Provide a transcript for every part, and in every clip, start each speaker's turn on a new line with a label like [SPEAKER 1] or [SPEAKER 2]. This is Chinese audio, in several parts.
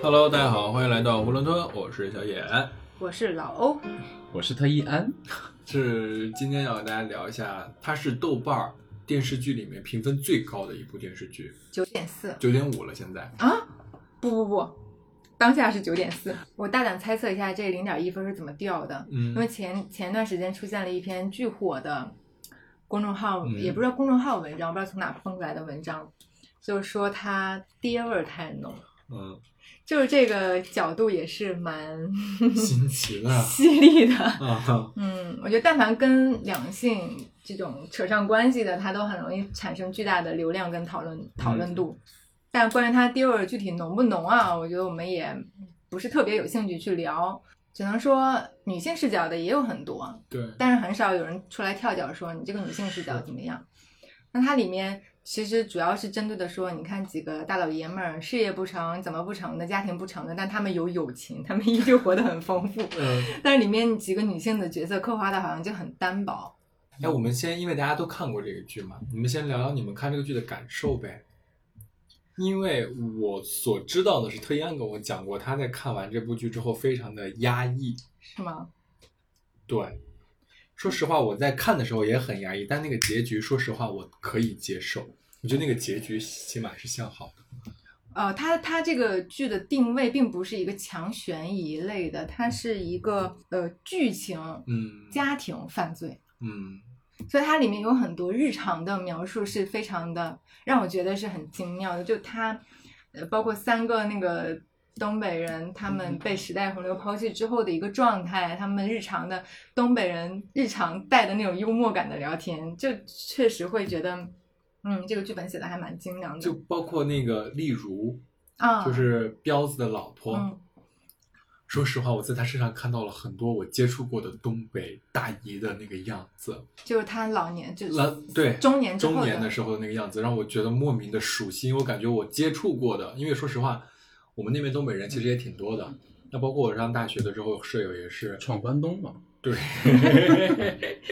[SPEAKER 1] Hello，大家好，欢迎来到囫囵吞，我是小野，
[SPEAKER 2] 我是老欧，
[SPEAKER 3] 我是特一安，
[SPEAKER 1] 是今天要给大家聊一下，它是豆瓣儿电视剧里面评分最高的一部电视剧，
[SPEAKER 2] 九点四
[SPEAKER 1] 九点五了，现在
[SPEAKER 2] 啊！不不不，当下是九点四。我大胆猜测一下，这零点一分是怎么掉的？因为
[SPEAKER 1] 嗯
[SPEAKER 2] 前前段时间出现了一篇巨火的公众号，
[SPEAKER 1] 嗯
[SPEAKER 2] 也不知道公众号文章，不知道从哪蹦出来的文章，就是说他爹味儿太浓，
[SPEAKER 1] 嗯，
[SPEAKER 2] 就是这个角度也是蛮
[SPEAKER 1] 新奇了
[SPEAKER 2] 犀利的。
[SPEAKER 1] 啊，
[SPEAKER 2] 嗯，我觉得但凡跟两性这种扯上关系的，它都很容易产生巨大的流量跟讨论讨论度。但关于它第二具体浓不浓啊，我觉得我们也不是特别有兴趣去聊，只能说女性视角的也有很多，
[SPEAKER 1] 对，
[SPEAKER 2] 但是很少有人出来跳脚说你这个女性视角怎么样。那它里面其实主要是针对的说，你看几个大老爷们儿事业不成，怎么不成的，家庭不成的，但他们有友情，他们依旧活得很丰富。
[SPEAKER 1] 嗯，
[SPEAKER 2] 但是里面几个女性的角色刻画的好像就很单薄。
[SPEAKER 1] 哎，我们先因为大家都看过这个剧嘛，你们先聊聊你们看这个剧的感受呗。因为我所知道的是，特一安跟我讲过，他在看完这部剧之后非常的压抑。
[SPEAKER 2] 是吗？
[SPEAKER 1] 对，说实话，我在看的时候也很压抑，但那个结局，说实话，我可以接受。我觉得那个结局起码是向好的。
[SPEAKER 2] 呃，它它这个剧的定位并不是一个强悬疑类的，它是一个呃剧情
[SPEAKER 1] 嗯，
[SPEAKER 2] 家庭犯罪，
[SPEAKER 1] 嗯
[SPEAKER 2] 所以它里面有很多日常的描述是非常的让我觉得是很精妙的。就它呃包括三个那个东北人，他
[SPEAKER 1] 嗯
[SPEAKER 2] 们被时代洪流抛弃之后的一个状态，他们日常的东北人日常带的那种幽默感的聊天，就确实会觉得，嗯，这个剧本写的还蛮精良的
[SPEAKER 1] 就包括那个例如，
[SPEAKER 2] 啊，
[SPEAKER 1] 就是彪子的老婆。
[SPEAKER 2] 嗯
[SPEAKER 1] 说实话，我在她身上看到了很多我接触过的东北大姨的那个样子。
[SPEAKER 2] 就是他老年就是
[SPEAKER 1] 老对
[SPEAKER 2] 中年之后
[SPEAKER 1] 中年的时候那个样子，让我觉得莫名的熟悉，因为我感觉我接触过的，因为说实话，我们那边东北人其实也挺多
[SPEAKER 2] 嗯
[SPEAKER 1] 的。那包括我上大学的时候，舍友也是，
[SPEAKER 3] 闯关东嘛，
[SPEAKER 1] 对，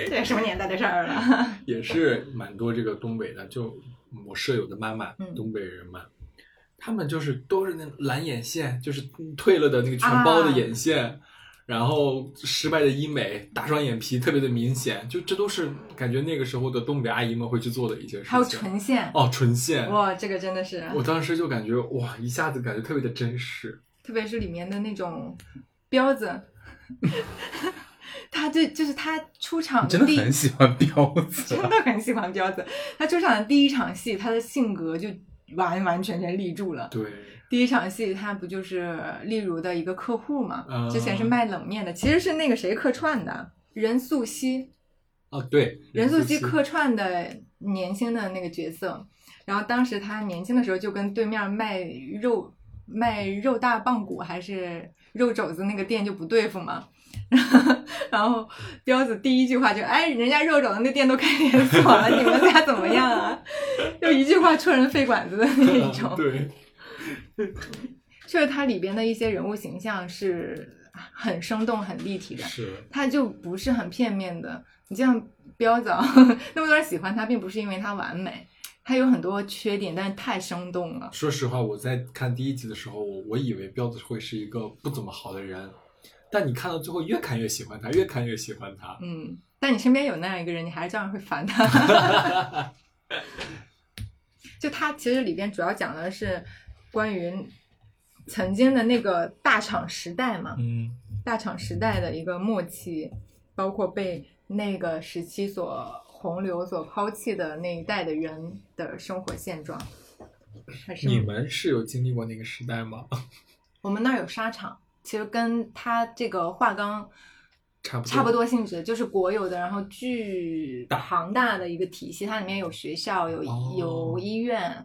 [SPEAKER 2] 这什么年代的事 儿了？
[SPEAKER 1] 也是蛮多这个东北的。就我舍友的妈妈，
[SPEAKER 2] 嗯
[SPEAKER 1] 东北人嘛，他们就是都是那种蓝眼线，就是退了的那个全
[SPEAKER 2] 啊
[SPEAKER 1] 包的眼线，然后失败的医美，大双眼皮特别的明显，就这都是感觉那个时候的东北阿姨们会去做的一些事情。
[SPEAKER 2] 还有唇线，
[SPEAKER 1] 哦，唇线，
[SPEAKER 2] 哇，这个真的是，
[SPEAKER 1] 我当时就感觉哇，一下子感觉特别的真实。
[SPEAKER 2] 特别是里面的那种彪子， 他对，就是他出场
[SPEAKER 3] 你
[SPEAKER 2] 的
[SPEAKER 3] 真
[SPEAKER 2] 第
[SPEAKER 3] 的 很喜欢彪子
[SPEAKER 2] 真的很喜欢彪子，他出场的第一场戏，他的性格就完完全全立住了。
[SPEAKER 1] 对，
[SPEAKER 2] 第一场戏他不就是例如的一个客户嘛，
[SPEAKER 1] 嗯
[SPEAKER 2] 之前是卖冷面的，其实是那个谁客串的，任素汐，
[SPEAKER 1] 啊对，
[SPEAKER 2] 任素汐
[SPEAKER 1] 希
[SPEAKER 2] 客串的年轻的那个角色，然后当时她年轻的时候就跟对面卖肉卖肉大棒骨还是肉肘子那个店就不对付嘛。 然后彪子第一句话就哎，人家肉肘子那店都开连锁了，你们家怎么样啊？ 就一句话戳人肺管子的那
[SPEAKER 1] 啊
[SPEAKER 2] 种。
[SPEAKER 1] 对，
[SPEAKER 2] 就是它里边的一些人物形象是很生动、很立体的，
[SPEAKER 1] 是，
[SPEAKER 2] 他就不是很片面的。你像彪子啊， 那么多人喜欢他，并不是因为他完美，他有很多缺点，但是太生动了。
[SPEAKER 1] 说实话，我在看第一集的时候，我我以为彪子会是一个不怎么好的人，但你看到最后越看越喜欢他，越看越喜欢他。
[SPEAKER 2] 嗯，但你身边有那样一个人，你还是照样会烦他。 就他其实里边主要讲的是关于曾经的那个大厂时代嘛，
[SPEAKER 1] 嗯
[SPEAKER 2] 大厂时代的一个末期，包括被那个时期所洪流所抛弃的那一代的人的生活现状。还是
[SPEAKER 1] 你们是有经历过那个时代吗？
[SPEAKER 2] 我们那儿有沙场，其实跟它这个化钢
[SPEAKER 1] 差不多
[SPEAKER 2] 差不多性质，就是国有的，然后巨
[SPEAKER 1] 大
[SPEAKER 2] 庞大的一个体系，它里面有学校，有、
[SPEAKER 1] 哦
[SPEAKER 2] 有医院，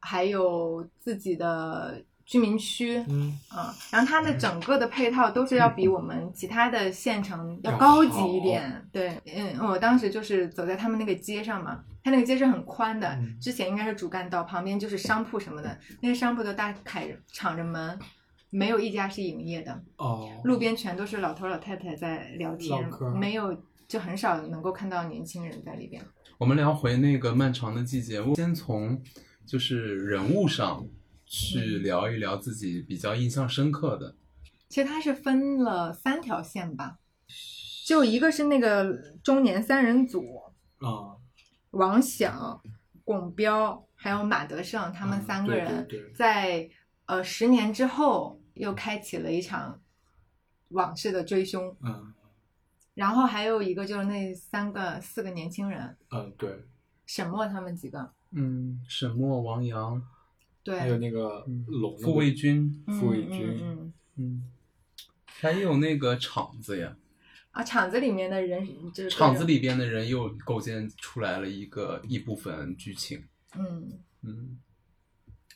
[SPEAKER 2] 还有自己的居民区，
[SPEAKER 1] 嗯，
[SPEAKER 2] 啊，然后它的整个的配套都是要比我们其他的县城要
[SPEAKER 1] 要
[SPEAKER 2] 高级一点。对，嗯，我当时就是走在他们那个街上嘛，它那个街是很宽的
[SPEAKER 1] 嗯，
[SPEAKER 2] 之前应该是主干道，旁边就是商铺什么的，那些商铺都大开着敞着门，没有一家是营业的，
[SPEAKER 1] 哦，
[SPEAKER 2] 路边全都是老头老太太在聊
[SPEAKER 1] 唠
[SPEAKER 2] 天
[SPEAKER 1] 嗑，
[SPEAKER 2] 没有就很少能够看到年轻人在里边。
[SPEAKER 3] 我们聊回那个漫长的季节，我先从就是人物上去聊一聊自己比较印象深刻的。
[SPEAKER 2] 其实它是分了三条线吧，就一个是那个中年三人组，
[SPEAKER 1] 啊，
[SPEAKER 2] 王响、巩彪还有马德胜他们
[SPEAKER 1] 嗯
[SPEAKER 2] 三个
[SPEAKER 1] 对
[SPEAKER 2] 人
[SPEAKER 1] 对对
[SPEAKER 2] 在、呃十年之后又开启了一场往事的追凶，
[SPEAKER 1] 嗯
[SPEAKER 2] 然后还有一个就是那三个四个年轻人，
[SPEAKER 1] 嗯，对，
[SPEAKER 2] 沈墨他们几个，
[SPEAKER 3] 嗯，沈墨、王阳、
[SPEAKER 2] 对，
[SPEAKER 1] 还有那个
[SPEAKER 3] 嗯
[SPEAKER 1] 龙
[SPEAKER 3] 傅卫军，
[SPEAKER 2] 嗯
[SPEAKER 1] 傅卫
[SPEAKER 2] 嗯
[SPEAKER 1] 军
[SPEAKER 2] 嗯嗯
[SPEAKER 3] 嗯，还有那个场子呀，
[SPEAKER 2] 啊，厂子里面的人就是各
[SPEAKER 3] 场子
[SPEAKER 2] 种，
[SPEAKER 3] 里边的人又构建出来了一个一部分剧情。
[SPEAKER 2] 嗯，
[SPEAKER 3] 嗯，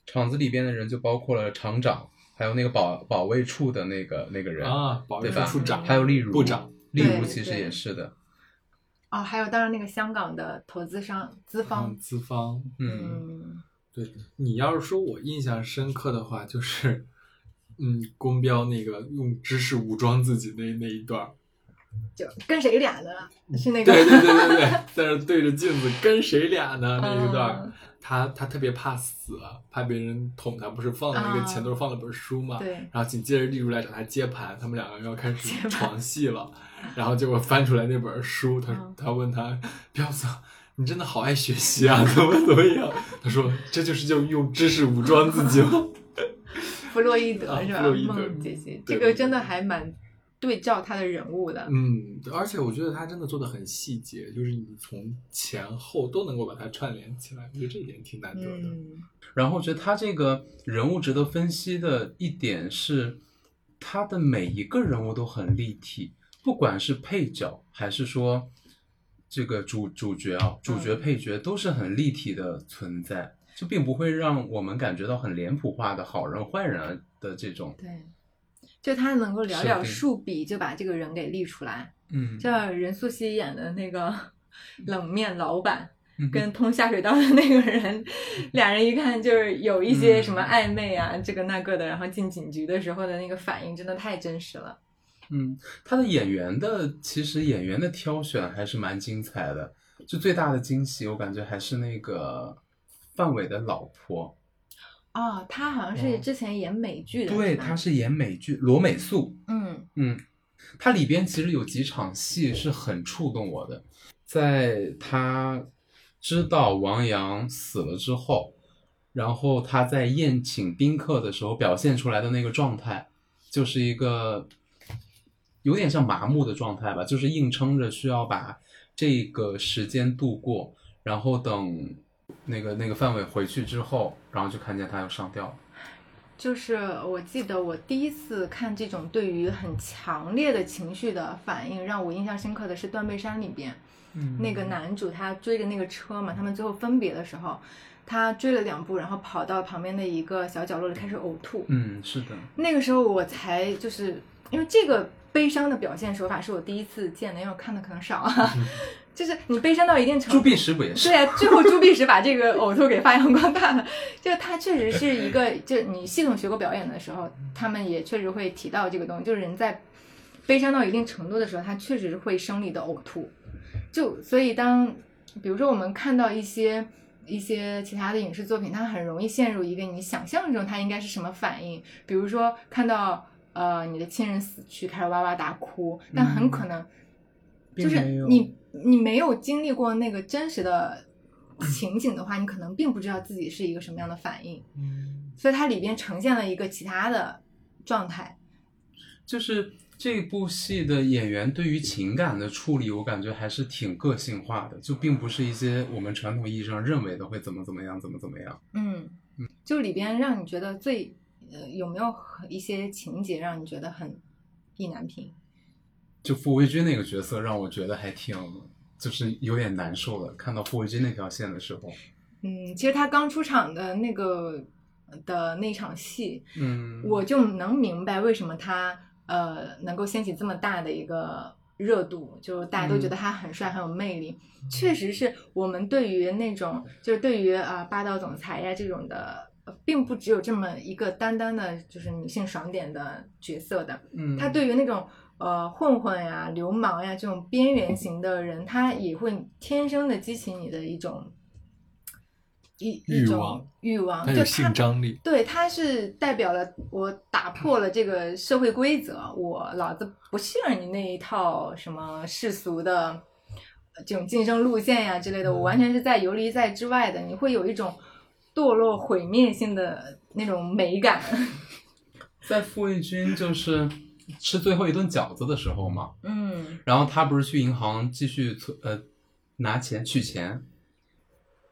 [SPEAKER 3] 场子里边的人就包括了厂长，还有那个保保卫处的那个那个人，
[SPEAKER 1] 啊，保卫
[SPEAKER 3] 对
[SPEAKER 1] 处
[SPEAKER 3] 吧？
[SPEAKER 1] 处
[SPEAKER 2] 嗯
[SPEAKER 1] 长，
[SPEAKER 3] 还有例如
[SPEAKER 1] 部长，
[SPEAKER 3] 例如
[SPEAKER 2] 对
[SPEAKER 3] 其实
[SPEAKER 2] 对
[SPEAKER 3] 也是的。
[SPEAKER 2] 哦，还有当然那个香港的投资商资方
[SPEAKER 1] 嗯，资方。
[SPEAKER 3] 嗯，
[SPEAKER 1] 对你要是说我印象深刻的话，就是嗯，公标那个用知识武装自己那那一段儿，
[SPEAKER 2] 就跟谁俩呢？是那 个
[SPEAKER 1] 对对对对 对，在那儿对着镜子跟谁俩呢那一段儿。
[SPEAKER 2] 嗯
[SPEAKER 1] 他他特别怕死，啊怕别人捅他，不是放了那个
[SPEAKER 2] 啊
[SPEAKER 1] 前头放了本书嘛，
[SPEAKER 2] 对
[SPEAKER 1] 然后紧接着丽如来找他接盘，他们两个要开
[SPEAKER 2] 接
[SPEAKER 1] 始
[SPEAKER 2] 盘
[SPEAKER 1] 床戏了，然后结果翻出来那本书，他、
[SPEAKER 2] 嗯
[SPEAKER 1] 他问他彪子，你真的好爱学习啊，怎么怎么样？ 他说这就是就用知识武装自己 嘛。
[SPEAKER 2] 弗洛伊德
[SPEAKER 1] 啊
[SPEAKER 2] 是吧？
[SPEAKER 1] 弗洛伊德
[SPEAKER 2] 梦姐姐，
[SPEAKER 1] 对
[SPEAKER 2] 这个真的还蛮对照他的人物的。
[SPEAKER 1] 嗯，而且我觉得他真的做的很细节，就是你从前后都能够把它串联起来，我觉得这一点挺难得的。
[SPEAKER 2] 嗯，
[SPEAKER 3] 然后我觉得他这个人物值得分析的一点是，他的每一个人物都很立体，不管是配角还是说这个主主角啊，主
[SPEAKER 2] 嗯
[SPEAKER 3] 角配角都是很立体的存在，就并不会让我们感觉到很脸谱化的好人坏人的这种，
[SPEAKER 2] 对，就他能够寥
[SPEAKER 3] 设定
[SPEAKER 2] 寥数笔就把这个人给立出来。
[SPEAKER 3] 嗯，
[SPEAKER 2] 像任素汐演的那个冷面老板
[SPEAKER 3] 嗯
[SPEAKER 2] 跟通下水道的那个 人，俩人一看就是有一些什么暧昧啊，这个那个的，然后进警局的时候的那个反应真的太真实了。
[SPEAKER 3] 嗯，他的演员的其实演员的挑选还是蛮精彩的，就最大的惊喜我感觉还是那个范伟的老婆，
[SPEAKER 2] 哦，他好像是
[SPEAKER 3] 嗯
[SPEAKER 2] 之前演美剧的，
[SPEAKER 3] 对，
[SPEAKER 2] 吧
[SPEAKER 3] 她是演美剧罗美素，
[SPEAKER 2] 嗯
[SPEAKER 3] 嗯，它里边其实有几场戏是很触动我的，在他知道王阳死了之后，然后他在宴请宾客的时候表现出来的那个状态，就是一个有点像麻木的状态吧，就是硬撑着需要把这个时间度过，然后等那个那个范伟回去之后，然后就看见他又上吊了。
[SPEAKER 2] 就是我记得我第一次看这种对于很强烈的情绪的反应，让我印象深刻的是《断背山》里边
[SPEAKER 3] 嗯
[SPEAKER 2] 那个男主他追着那个车嘛，他们最后分别的时候，他追了两步，然后跑到旁边的一个小角落里开始呕吐。
[SPEAKER 3] 嗯，是的，
[SPEAKER 2] 那个时候我才就是因为这个悲伤的表现手法是我第一次见的，因为我看的可能少啊， 就是你悲伤到一定程度，
[SPEAKER 3] 朱碧石不也是？
[SPEAKER 2] 对啊，最后朱碧石把这 个呕吐给发扬光大了。就他确实是一个，就你系统学过表演的时候，他们也确实会提到这个东西，就是人在悲伤到一定程度的时候，他确实会生理的呕吐。就所以当比如说我们看到一些一些其他的影视作品，它很容易陷入一个你想象中它应该是什么反应，比如说看到呃你的亲人死去，开始哇哇大哭，但很可能就
[SPEAKER 3] 嗯并
[SPEAKER 2] 是
[SPEAKER 3] 没有
[SPEAKER 2] 你你没有经历过那个真实的情景的话，你可能并不知道自己是一个什么样的反应，
[SPEAKER 1] 嗯，
[SPEAKER 2] 所以它里边呈现了一个其他的状态。
[SPEAKER 3] 就是这部戏的演员对于情感的处理，我感觉还是挺个性化的，就并不是一些我们传统意义上认为的会怎么怎么样，怎么怎么样。
[SPEAKER 2] 嗯，就里边让你觉得最呃有没有很一些情节让你觉得很意难平？
[SPEAKER 3] 就傅维军那个角色让我觉得还挺，就是有点难受的。看到傅维军那条线的时候，
[SPEAKER 2] 嗯，其实他刚出场的那个的那场戏，
[SPEAKER 3] 嗯，
[SPEAKER 2] 我就能明白为什么他呃能够掀起这么大的一个热度，就是大家都觉得他很帅、很有魅力。确实是我们对于那种就是对于啊、呃霸道总裁呀这种的，呃并不只有这么一个单单的就是女性爽点的角色的，
[SPEAKER 3] 嗯，
[SPEAKER 2] 他对于那种呃混混呀、流氓呀这种边缘型的人，他也会天生的激起你的一种一
[SPEAKER 1] 欲
[SPEAKER 2] 一
[SPEAKER 1] 望
[SPEAKER 2] 种欲望，
[SPEAKER 1] 它
[SPEAKER 2] 就
[SPEAKER 1] 有性
[SPEAKER 2] 他
[SPEAKER 1] 张力，
[SPEAKER 2] 对，它是代表了我打破了这个社会规则，我老子不信任你那一套什么世俗的呃这种晋升路线呀之类的，我完全是在游离在之外的，你会有一种堕落毁灭性的那种美感。
[SPEAKER 3] 在傅卫军就是吃最后一顿饺子的时候嘛，
[SPEAKER 2] 嗯，
[SPEAKER 3] 然后他不是去银行继续存呃拿钱取钱，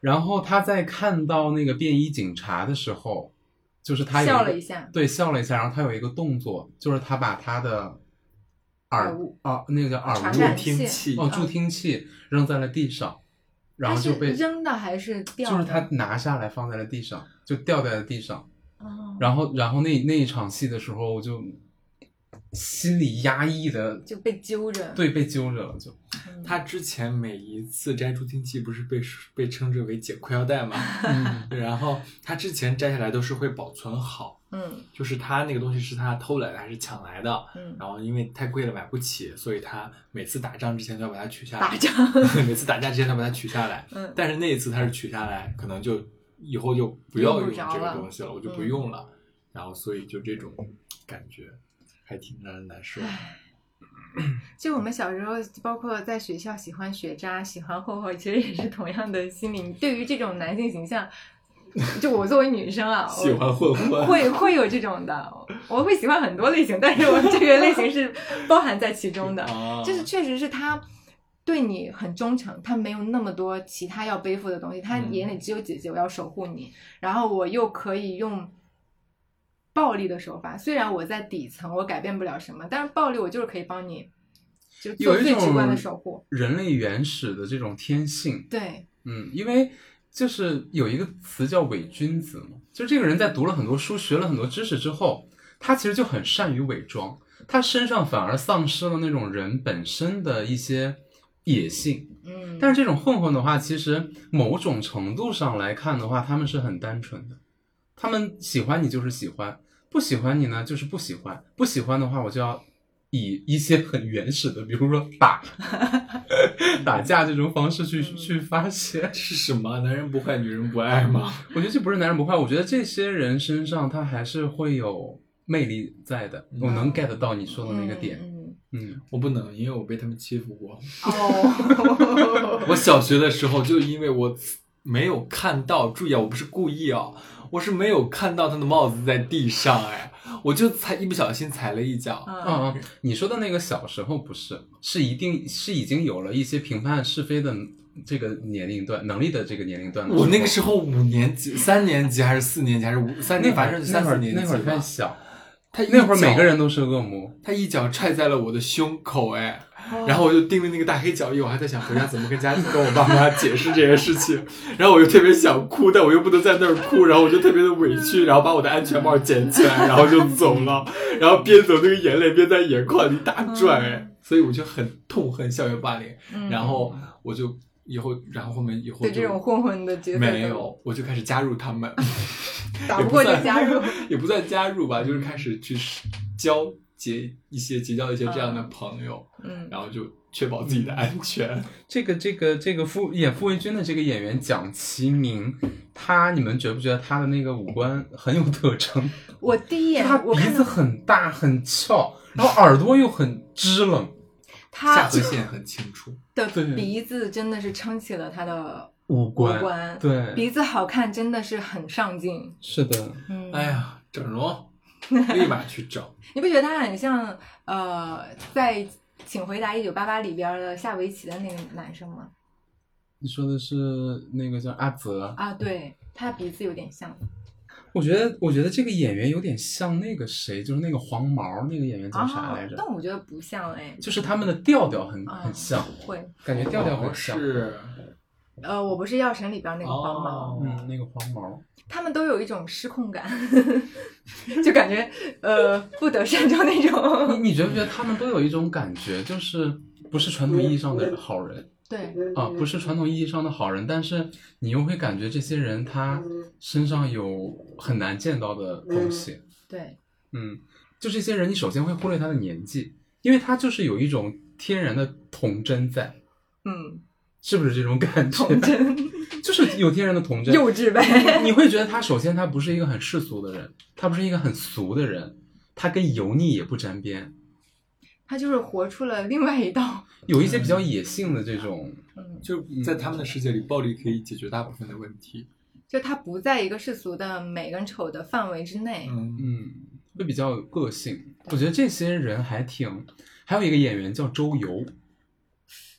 [SPEAKER 3] 然后他在看到那个便衣警察的时候，就是他有
[SPEAKER 2] 笑
[SPEAKER 3] 个
[SPEAKER 2] 了一下，
[SPEAKER 3] 对，笑了一下，然后他有一个动作，就是他把他的
[SPEAKER 2] 耳
[SPEAKER 3] 耳
[SPEAKER 2] 物
[SPEAKER 3] 啊那个叫耳
[SPEAKER 2] 传
[SPEAKER 3] 物
[SPEAKER 1] 助
[SPEAKER 2] 感
[SPEAKER 1] 听
[SPEAKER 2] 器
[SPEAKER 1] 器
[SPEAKER 3] 哦助听器扔在了地上，然后
[SPEAKER 2] 它是
[SPEAKER 3] 就被
[SPEAKER 2] 扔的还是掉的？
[SPEAKER 3] 就是他拿下来放在了地上，就掉在了地上。
[SPEAKER 2] 哦，
[SPEAKER 3] 然后然后那那一场戏的时候，我就心里压抑的
[SPEAKER 2] 就被揪着。
[SPEAKER 3] 对被揪着了，就
[SPEAKER 2] 嗯，
[SPEAKER 1] 他之前每一次摘助听器不是被被称之为解裤腰 带嘛？
[SPEAKER 3] 嗯
[SPEAKER 1] 然后他之前摘下来都是会保存好，
[SPEAKER 2] 嗯
[SPEAKER 1] 就是他那个东西是他偷来的还是抢来的，
[SPEAKER 2] 嗯，
[SPEAKER 1] 然后因为太贵了买不起，所以他每次打仗之前都要把它取下来。
[SPEAKER 2] 打仗。
[SPEAKER 1] 每次打架之前都要把它取下来。
[SPEAKER 2] 嗯
[SPEAKER 1] 但是那一次他是取下来，可能就以后就不要
[SPEAKER 2] 用不
[SPEAKER 1] 用
[SPEAKER 2] 着
[SPEAKER 1] 这个
[SPEAKER 2] 了
[SPEAKER 1] 东西了，我就不
[SPEAKER 2] 嗯
[SPEAKER 1] 用了。然后所以就这种感觉还挺让人难受的。
[SPEAKER 2] 就我们小时候，包括在学校喜欢学渣、喜欢霍霍，其实也是同样的心理。对于这种男性形象，就我作为女生啊，我
[SPEAKER 1] 喜欢混混，
[SPEAKER 2] 会会有这种的，我会喜欢很多类型，但是我这个类型是包含在其中的。
[SPEAKER 3] 嗯
[SPEAKER 1] 啊
[SPEAKER 2] 就是确实是他对你很忠诚，他没有那么多其他要背负的东西，他
[SPEAKER 1] 嗯
[SPEAKER 2] 眼里只有姐姐，我要守护你，然后我又可以用暴力的手法，虽然我在底层，我改变不了什么，但是暴力我就是可以帮你，就做
[SPEAKER 3] 有一
[SPEAKER 2] 最直观的
[SPEAKER 3] 种
[SPEAKER 2] 守护。
[SPEAKER 3] 人类原始的这种天性。
[SPEAKER 2] 对，
[SPEAKER 3] 嗯，因为就是有一个词叫伪君子嘛，就这个人在读了很多书、学了很多知识之后，他其实就很善于伪装，他身上反而丧失了那种人本身的一些野性。
[SPEAKER 2] 嗯，
[SPEAKER 3] 但是这种混混的话，其实某种程度上来看的话，他们是很单纯的，他们喜欢你就是喜欢，不喜欢你呢就是不喜欢，不喜欢的话我就要。以一些很原始的，比如说 打打架这种方式去
[SPEAKER 2] 嗯
[SPEAKER 3] 去发泄，
[SPEAKER 1] 是什么？男人不坏，女人不爱吗？
[SPEAKER 3] 我觉得这不是男人不坏，我觉得这些人身上他还是会有魅力在的，
[SPEAKER 1] 嗯
[SPEAKER 3] 我能 get 到你说的那个点。
[SPEAKER 2] 嗯，嗯
[SPEAKER 3] 嗯，
[SPEAKER 1] 我不能，因为我被他们欺负过。
[SPEAKER 2] 哦，
[SPEAKER 1] 我小学的时候就因为我没有看到，注意啊，我不是故意啊，我是没有看到他的帽子在地上，哎，我就踩一不小心踩了一脚。
[SPEAKER 2] 嗯
[SPEAKER 3] 嗯嗯，你说的那个小时候不是，是一定是已经有了一些评判是非的这个年龄段能力的这个年龄段的
[SPEAKER 1] 我那个
[SPEAKER 3] 时
[SPEAKER 1] 时候五年级、三年级还是四年级还是五三年，
[SPEAKER 3] 候那会
[SPEAKER 1] 反
[SPEAKER 3] 儿
[SPEAKER 1] 正是
[SPEAKER 3] 那
[SPEAKER 1] 三
[SPEAKER 3] 会
[SPEAKER 1] 四
[SPEAKER 3] 儿
[SPEAKER 1] 年级
[SPEAKER 3] 那会儿太
[SPEAKER 1] 吧。
[SPEAKER 3] 小，
[SPEAKER 1] 他一
[SPEAKER 3] 那会儿每
[SPEAKER 1] 脚
[SPEAKER 3] 个人都是恶魔。
[SPEAKER 1] 他一脚踹在了我的胸口，哎，
[SPEAKER 2] 哦
[SPEAKER 1] 然后我就盯着那个大黑脚印，我还在想回家怎么跟家跟我爸妈解释这件事情， 然后我就特别想哭，但我又不能在那儿哭，然后我就特别的委屈，然后把我的安全帽捡起来，然后就走 了，然后边走那个眼泪边在眼眶里打转，哎，所以我就很痛恨校园霸凌，
[SPEAKER 2] 嗯
[SPEAKER 1] 然后我就以后，然后后面以后
[SPEAKER 2] 对这种混混的角色
[SPEAKER 1] 没有，我就开始加入他 们。
[SPEAKER 2] 打不过就加入，
[SPEAKER 1] 也不算加入吧，就是开始去交结一些结交一些这样的朋友，
[SPEAKER 2] 嗯
[SPEAKER 1] 然后就确保自己的安全。
[SPEAKER 3] 这个这个这个傅演傅卫军的这个演员蒋奇明，他你们觉不觉得他的那个五官很有特征？
[SPEAKER 2] 我第一眼
[SPEAKER 3] 他
[SPEAKER 2] 我
[SPEAKER 3] 鼻
[SPEAKER 2] 看
[SPEAKER 3] 子
[SPEAKER 2] 到
[SPEAKER 3] 很大很翘，然后耳朵又很支棱，
[SPEAKER 1] 下
[SPEAKER 2] 他
[SPEAKER 1] 颌线很清楚，
[SPEAKER 2] 的
[SPEAKER 3] 对
[SPEAKER 2] 鼻子真的是撑起了他的
[SPEAKER 3] 五
[SPEAKER 2] 五
[SPEAKER 3] 官
[SPEAKER 2] 官，
[SPEAKER 3] 对，
[SPEAKER 2] 鼻子好看真的是很上镜。
[SPEAKER 3] 是的，
[SPEAKER 2] 嗯，
[SPEAKER 1] 哎，呀，整容，立马去整。
[SPEAKER 2] 你不觉得他很像呃，在《请回答一九八八》里边的下围棋的那个男生吗？
[SPEAKER 3] 你说的是那个叫阿泽，
[SPEAKER 2] 啊，对，他鼻子有点像
[SPEAKER 3] 我觉得我觉得这个演员有点像那个谁，就是那个黄毛那个演员叫啥
[SPEAKER 2] 啊
[SPEAKER 3] 来，着
[SPEAKER 2] 但？我觉得不像哎，
[SPEAKER 3] 就是他们的调调很
[SPEAKER 2] 啊
[SPEAKER 3] 很像，
[SPEAKER 2] 会，
[SPEAKER 3] 感觉调调很像。
[SPEAKER 1] 哦是
[SPEAKER 2] 呃，我不是药神里边那个黄毛，
[SPEAKER 1] 哦
[SPEAKER 3] 嗯，那个黄毛，
[SPEAKER 2] 他们都有一种失控感， 就感觉呃不得善终那种。
[SPEAKER 3] 你你觉不觉得他们都有一种感觉，就是不是传统意义上的好人？
[SPEAKER 2] 对，
[SPEAKER 3] 啊，不是传统意义上的好人，但是你又会感觉这些人他身上有很难见到的东西。
[SPEAKER 2] 对，
[SPEAKER 3] 嗯，就这些人，你首先会忽略他的年纪，因为他就是有一种天然的童真在，
[SPEAKER 2] 嗯，
[SPEAKER 3] 是不是这种感觉？
[SPEAKER 2] 童真。
[SPEAKER 3] 就是有天然的童真。
[SPEAKER 2] 幼稚呗。
[SPEAKER 3] 你会觉得他首先他不是一个很世俗的人，他不是一个很俗的人，他跟油腻也不沾边。
[SPEAKER 2] 他就是活出了另外一道，
[SPEAKER 3] 有一些比较野性的这种，
[SPEAKER 2] 嗯，
[SPEAKER 1] 就在他们的世界里，暴力可以解决大部分的问题。
[SPEAKER 2] 就他不在一个世俗的美跟丑的范围之内。
[SPEAKER 1] 嗯，
[SPEAKER 3] 嗯，会比较有个性。我觉得这些人还挺，还有一个演员叫周游，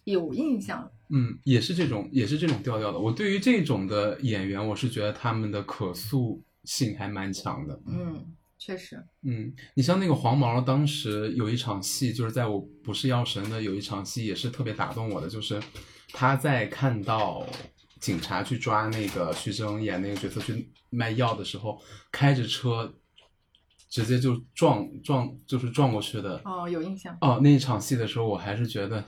[SPEAKER 2] 有印象，
[SPEAKER 3] 嗯，也是这种，也是这种调调的。我对于这种的演员，我是觉得他们的可塑性还蛮强的。
[SPEAKER 2] 嗯，确实，
[SPEAKER 3] 嗯，你像那个黄毛，当时有一场戏，就是在我不是药神的有一场戏，也是特别打动我的，就是他在看到警察去抓那个徐峥演那个角色去卖药的时候，开着车直接就撞撞，就是撞过去的。
[SPEAKER 2] 哦，有印象，
[SPEAKER 3] 哦，那一场戏的时候，我还是觉得，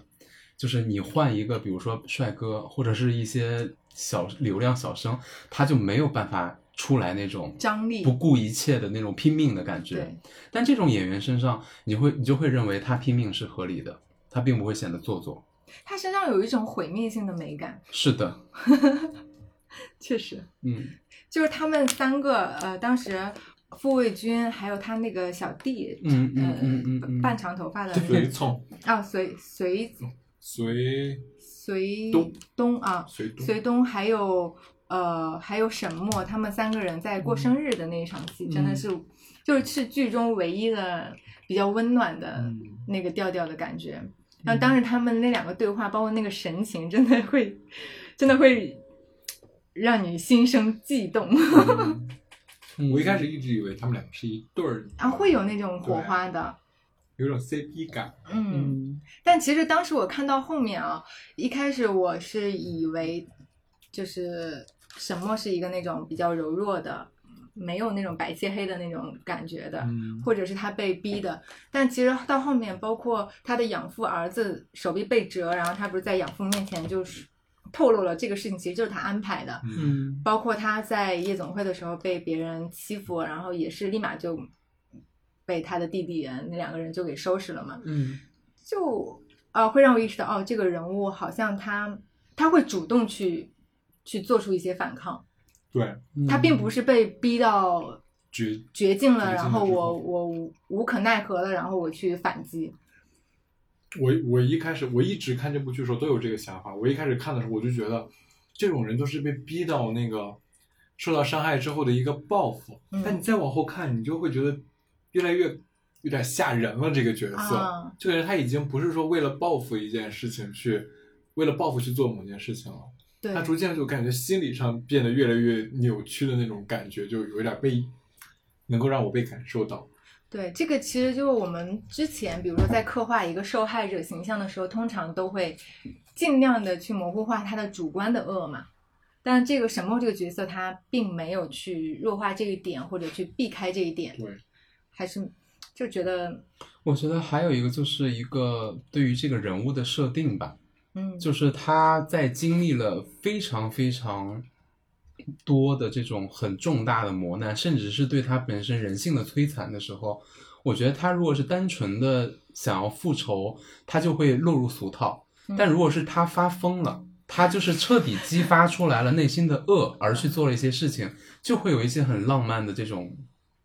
[SPEAKER 3] 就是你换一个，比如说帅哥，或者是一些小流量小生，他就没有办法出来那种
[SPEAKER 2] 张力
[SPEAKER 3] 不顾一切的那种拼命的感觉
[SPEAKER 2] 对。，
[SPEAKER 3] 但这种演员身上，你会你就会认为他拼命是合理的，他并不会显得做作。
[SPEAKER 2] 他身上有一种毁灭性的美感，
[SPEAKER 3] 是的，
[SPEAKER 2] 确实，
[SPEAKER 3] 嗯，
[SPEAKER 2] 就是他们三个，呃，当时傅卫军还有他那个小弟，
[SPEAKER 3] 嗯嗯嗯嗯嗯
[SPEAKER 2] 呃，半长头发的
[SPEAKER 1] 随
[SPEAKER 2] 那个
[SPEAKER 1] 从
[SPEAKER 2] 啊，隋隋
[SPEAKER 1] 随
[SPEAKER 2] 隋
[SPEAKER 1] 东
[SPEAKER 2] 东啊，
[SPEAKER 1] 随东
[SPEAKER 2] 隋东还有呃还有沈墨，他们三个人在过生日的那一场戏，真的
[SPEAKER 3] 嗯
[SPEAKER 2] 是就是是剧中唯一的比较温暖的
[SPEAKER 1] 嗯
[SPEAKER 2] 那个调调的感觉。然后当时他们那两个对话，包括那个神情，真的会真的会让你心生悸动
[SPEAKER 3] 嗯
[SPEAKER 1] 我一开始一直以为他们两个是一对儿
[SPEAKER 2] 啊，会有那种火花的。
[SPEAKER 1] 有种 CP 感。
[SPEAKER 2] 嗯，
[SPEAKER 3] 嗯
[SPEAKER 2] 但其实当时我看到后面啊，一开始我是以为就是沈墨是一个那种比较柔弱的，没有那种白切黑的那种感觉的，
[SPEAKER 1] 嗯，
[SPEAKER 2] 或者是他被逼的。但其实到后面，包括他的养父儿子手臂被折，然后他不是在养父面前就是透露了这个事情，其实就是他安排的。
[SPEAKER 1] 嗯
[SPEAKER 3] 嗯
[SPEAKER 2] 包括他在夜总会的时候被别人欺负，然后也是立马就被他的弟弟人那两个人就给收拾了嘛。
[SPEAKER 3] 嗯
[SPEAKER 2] 就呃会让我意识到，哦，这个人物好像他他会主动去去做出一些反抗，
[SPEAKER 1] 对，
[SPEAKER 3] 嗯，
[SPEAKER 2] 他并不是被逼到
[SPEAKER 1] 绝
[SPEAKER 2] 绝境
[SPEAKER 1] 绝
[SPEAKER 2] 了，
[SPEAKER 1] 境
[SPEAKER 2] 然后
[SPEAKER 1] 了之
[SPEAKER 2] 我
[SPEAKER 1] 后
[SPEAKER 2] 我无无可奈何了，然后我去反击。
[SPEAKER 1] 我我一开始我一直看这部剧的时候都有这个想法。我一开始看的时候我就觉得，这种人都是被逼到那个受到伤害之后的一个报复。
[SPEAKER 2] 嗯
[SPEAKER 1] 但你再往后看，你就会觉得越来越有点吓人了。这个角色，
[SPEAKER 2] 啊
[SPEAKER 1] 这个人他已经不是说为了报复一件事情去，为了报复去做某件事情了。
[SPEAKER 2] 对
[SPEAKER 1] 他，逐渐就感觉心理上变得越来越扭曲的那种感觉，就有一点被能够让我被感受到。
[SPEAKER 2] 对，这个其实就是我们之前，比如说在刻画一个受害者形象的时候，通常都会尽量的去模糊化他的主观的恶嘛。但这个沈梦这个角色，他并没有去弱化这一点，或者去避开这一点，
[SPEAKER 1] 对，
[SPEAKER 2] 还是就觉得，
[SPEAKER 3] 我觉得还有一个就是一个对于这个人物的设定吧，
[SPEAKER 2] 嗯，
[SPEAKER 3] 就是他在经历了非常非常多的这种很重大的磨难，甚至是对他本身人性的摧残的时候，我觉得他如果是单纯的想要复仇，他就会落入俗套；
[SPEAKER 2] 嗯
[SPEAKER 3] 但如果是他发疯了，他就是彻底激发出来了内心的恶，而去做了一些事情，就会有一些很浪漫的这种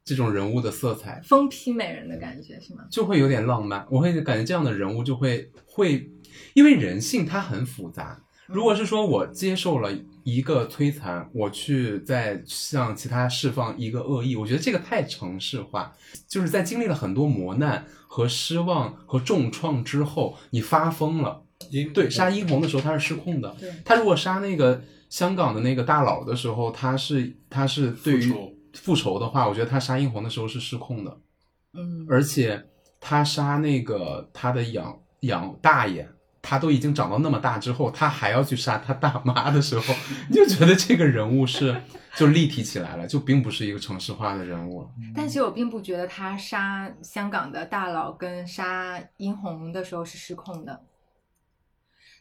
[SPEAKER 3] 这种人物的色彩。
[SPEAKER 2] 疯批美人的感觉是吗？
[SPEAKER 3] 就会有点浪漫。我会感觉这样的人物就会会，因为人性它很复杂。如果是说我接受了一个摧残，我去再向其他释放一个恶意，我觉得这个太程式化。就是在经历了很多磨难和失望和重创之后，你发疯了。
[SPEAKER 1] 因
[SPEAKER 3] 对，杀殷红的时候他是失控的
[SPEAKER 2] 对，
[SPEAKER 3] 他如果杀那个香港的那个大佬的时候，他是他是对于
[SPEAKER 1] 复仇
[SPEAKER 3] 复仇的话，我觉得他杀殷红的时候是失控的。
[SPEAKER 2] 嗯，
[SPEAKER 3] 而且他杀那个他的养养大爷，他都已经长到那么大之后，他还要去杀他大妈的时候， 你就觉得这个人物是就立体起来了，就并不是一个城市化的人物了。
[SPEAKER 2] 但是我并不觉得他杀香港的大佬跟杀殷红的时候是失控的。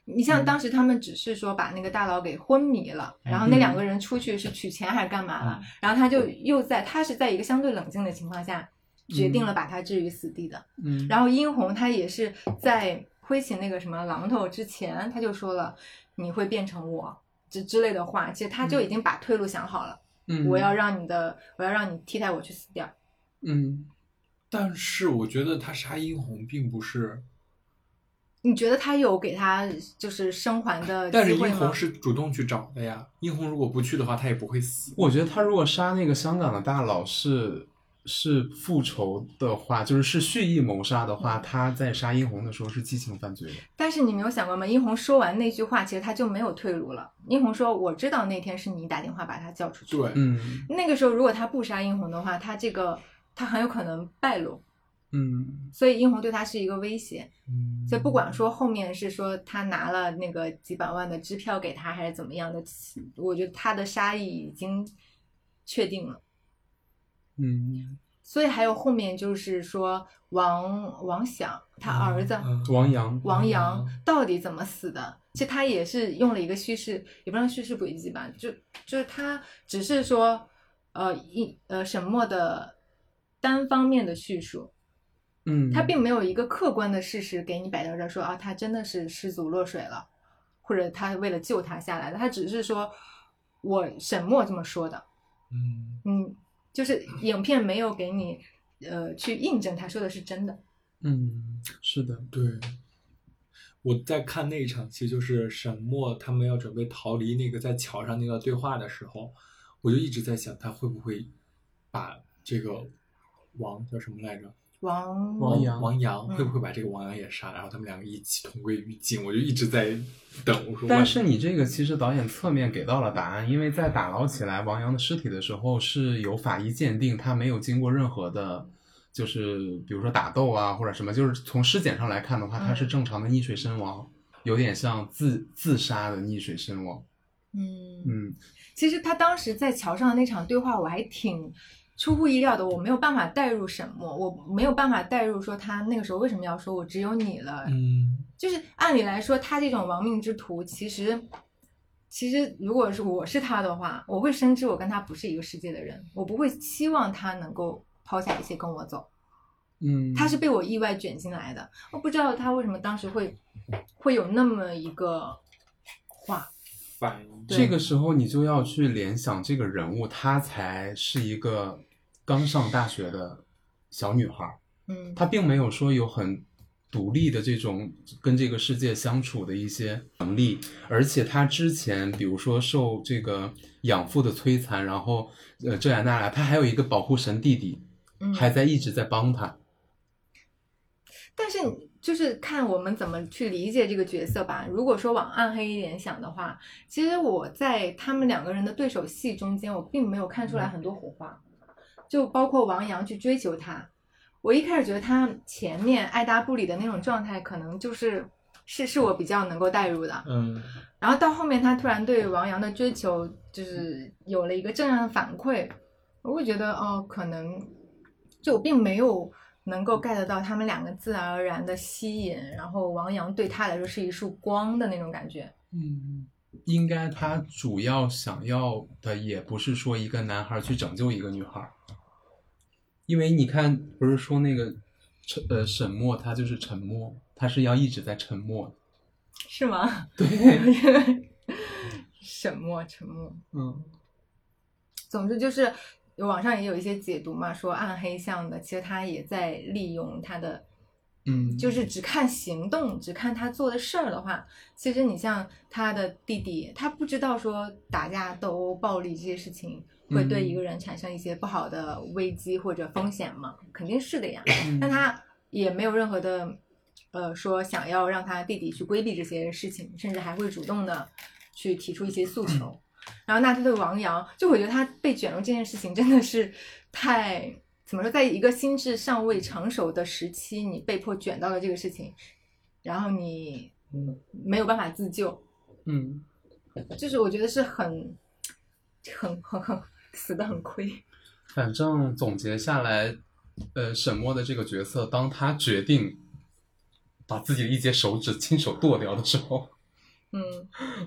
[SPEAKER 2] 你像当时他们只是说把那个大佬给昏迷了，然后那两个人出去是取钱还是干嘛了，
[SPEAKER 1] 嗯
[SPEAKER 2] 然后他就又在他是在一个相对冷静的情况下决定了把他置于死地的。
[SPEAKER 3] 嗯
[SPEAKER 2] 然后殷红她也是在挥起那个什么榔头之前，她就说了：“你会变成我。”之之类的话，其实他就
[SPEAKER 1] 嗯
[SPEAKER 2] 已经把退路想好了。
[SPEAKER 3] 嗯，
[SPEAKER 2] 我要让你的，我要让你替代我去死掉。
[SPEAKER 3] 嗯，
[SPEAKER 1] 但是我觉得他杀殷红并不是，
[SPEAKER 2] 你觉得他有给他就是生还的
[SPEAKER 1] 但
[SPEAKER 2] 机
[SPEAKER 1] 是
[SPEAKER 2] 会
[SPEAKER 1] 殷
[SPEAKER 2] 吗
[SPEAKER 1] 红？是主动去找的呀。殷红如果不去的话，他也不会死。
[SPEAKER 3] 我觉得他如果杀那个香港的大佬是是复仇的话，就是是蓄意谋杀的话，他在杀殷红的时候是激情犯罪的。
[SPEAKER 2] 但是你没有想过吗？殷红说完那句话，其实他就没有退路了。殷红说：“我知道那天是你打电话把他叫出去。”
[SPEAKER 1] 对，
[SPEAKER 3] 嗯
[SPEAKER 2] 那个时候如果他不杀殷红的话，他这个他很有可能败露，
[SPEAKER 3] 嗯
[SPEAKER 2] 所以殷红对他是一个威胁。
[SPEAKER 1] 嗯
[SPEAKER 2] 所以不管说后面是说他拿了那个几百万的支票给他，还是怎么样的，我觉得他的杀意已经确定了。
[SPEAKER 3] 嗯，
[SPEAKER 2] 所以还有后面就是说王王想他儿子、
[SPEAKER 1] 嗯
[SPEAKER 3] 王阳，
[SPEAKER 2] 王阳
[SPEAKER 1] 嗯
[SPEAKER 2] 到底怎么死的？其实他也是用了一个叙事，也不算叙事轨迹吧，就就是他只是说，呃，一呃沈墨的单方面的叙述，
[SPEAKER 3] 嗯，
[SPEAKER 2] 他并没有一个客观的事实给你摆到这儿说啊，他真的是失足落水了，或者他为了救他下来的，他只是说我沈墨这么说的，
[SPEAKER 1] 嗯
[SPEAKER 2] 嗯，就是影片没有给你呃去印证他说的是真的，
[SPEAKER 3] 嗯，是的，
[SPEAKER 1] 对，我在看那一场戏，就是沈墨他们要准备逃离那个在桥上那段对话的时候，我就一直在想，他会不会把这个王叫什么来着？
[SPEAKER 2] 王
[SPEAKER 3] 王阳
[SPEAKER 1] 王阳
[SPEAKER 2] 嗯
[SPEAKER 1] 会不会把这个王阳也杀，然后他们两个一起同归于尽？我就一直在等，我说，
[SPEAKER 3] 但是你这个其实导演侧面给到了答案，因为在打捞起来王阳的尸体的时候是有法医鉴定，他没有经过任何的，就是比如说打斗啊或者什么，就是从尸检上来看的话，
[SPEAKER 2] 嗯
[SPEAKER 3] 他是正常的溺水身亡，有点像自自杀的溺水身亡。
[SPEAKER 2] 嗯
[SPEAKER 3] 嗯
[SPEAKER 2] 其实他当时在桥上的那场对话，我还挺出乎意料的，我没有办法代入沈墨，我没有办法代入说他那个时候为什么要说我只有你了，
[SPEAKER 1] 嗯，
[SPEAKER 2] 就是按理来说，他这种亡命之徒，其实其实如果是我是他的话，我会深知我跟他不是一个世界的人，我不会期望他能够抛下一切跟我走。
[SPEAKER 3] 嗯，
[SPEAKER 2] 他是被我意外卷进来的，我不知道他为什么当时会会有那么一个话。
[SPEAKER 1] 反应
[SPEAKER 2] 对
[SPEAKER 3] 这个时候你就要去联想这个人物，她才是一个刚上大学的小女孩儿。
[SPEAKER 2] 嗯，
[SPEAKER 3] 他并没有说有很独立的这种跟这个世界相处的一些能力，而且他之前比如说受这个养父的摧残，然后呃这呀那呀，他还有一个保护神弟弟，
[SPEAKER 2] 嗯
[SPEAKER 3] 还在一直在帮他。
[SPEAKER 2] 但是就是看我们怎么去理解这个角色吧。如果说往暗黑一点想的话，其实我在他们两个人的对手戏中间，我并没有看出来很多火花，就包括王阳去追求他。我一开始觉得他前面爱答不理的那种状态，可能就是是是我比较能够代入的。
[SPEAKER 1] 嗯
[SPEAKER 2] 然后到后面他突然对王阳的追求就是有了一个正向的反馈，我会觉得哦，可能就我并没有能够 get 到他们两个自然而然的吸引，然后王阳对他来说是一束光的那种感觉。
[SPEAKER 3] 嗯，应该他主要想要的也不是说一个男孩去拯救一个女孩，因为你看不是说那个沉呃沈默他就是沉默，他是要一直在沉默的。
[SPEAKER 2] 是吗？
[SPEAKER 3] 对，
[SPEAKER 2] 沈默，沉默。
[SPEAKER 3] 嗯。
[SPEAKER 2] 总之就是网上也有一些解读嘛，说暗黑向的，其实他也在利用他的，
[SPEAKER 3] 嗯
[SPEAKER 2] 就是只看行动，只看他做的事儿的话，其实你像他的弟弟，他不知道说打架、斗殴、暴力这些事情会对
[SPEAKER 3] 嗯
[SPEAKER 2] 一个人产生一些不好的危机或者风险嘛，肯定是的呀。
[SPEAKER 3] 嗯
[SPEAKER 2] 但他也没有任何的，呃，说想要让他弟弟去规避这些事情，甚至还会主动的去提出一些诉
[SPEAKER 3] 嗯
[SPEAKER 2] 求。然后，那他对王阳，就我觉得他被卷入这件事情真的是太怎么说，在一个心智尚未成熟的时期，你被迫卷到了这个事情，然后你
[SPEAKER 1] 嗯
[SPEAKER 2] 没有办法自救，
[SPEAKER 3] 嗯，
[SPEAKER 2] 就是我觉得是很、很、很、很死的很亏。
[SPEAKER 3] 反正总结下来，呃，沈默的这个角色，当他决定把自己的一截手指亲手剁掉的时候，
[SPEAKER 2] 嗯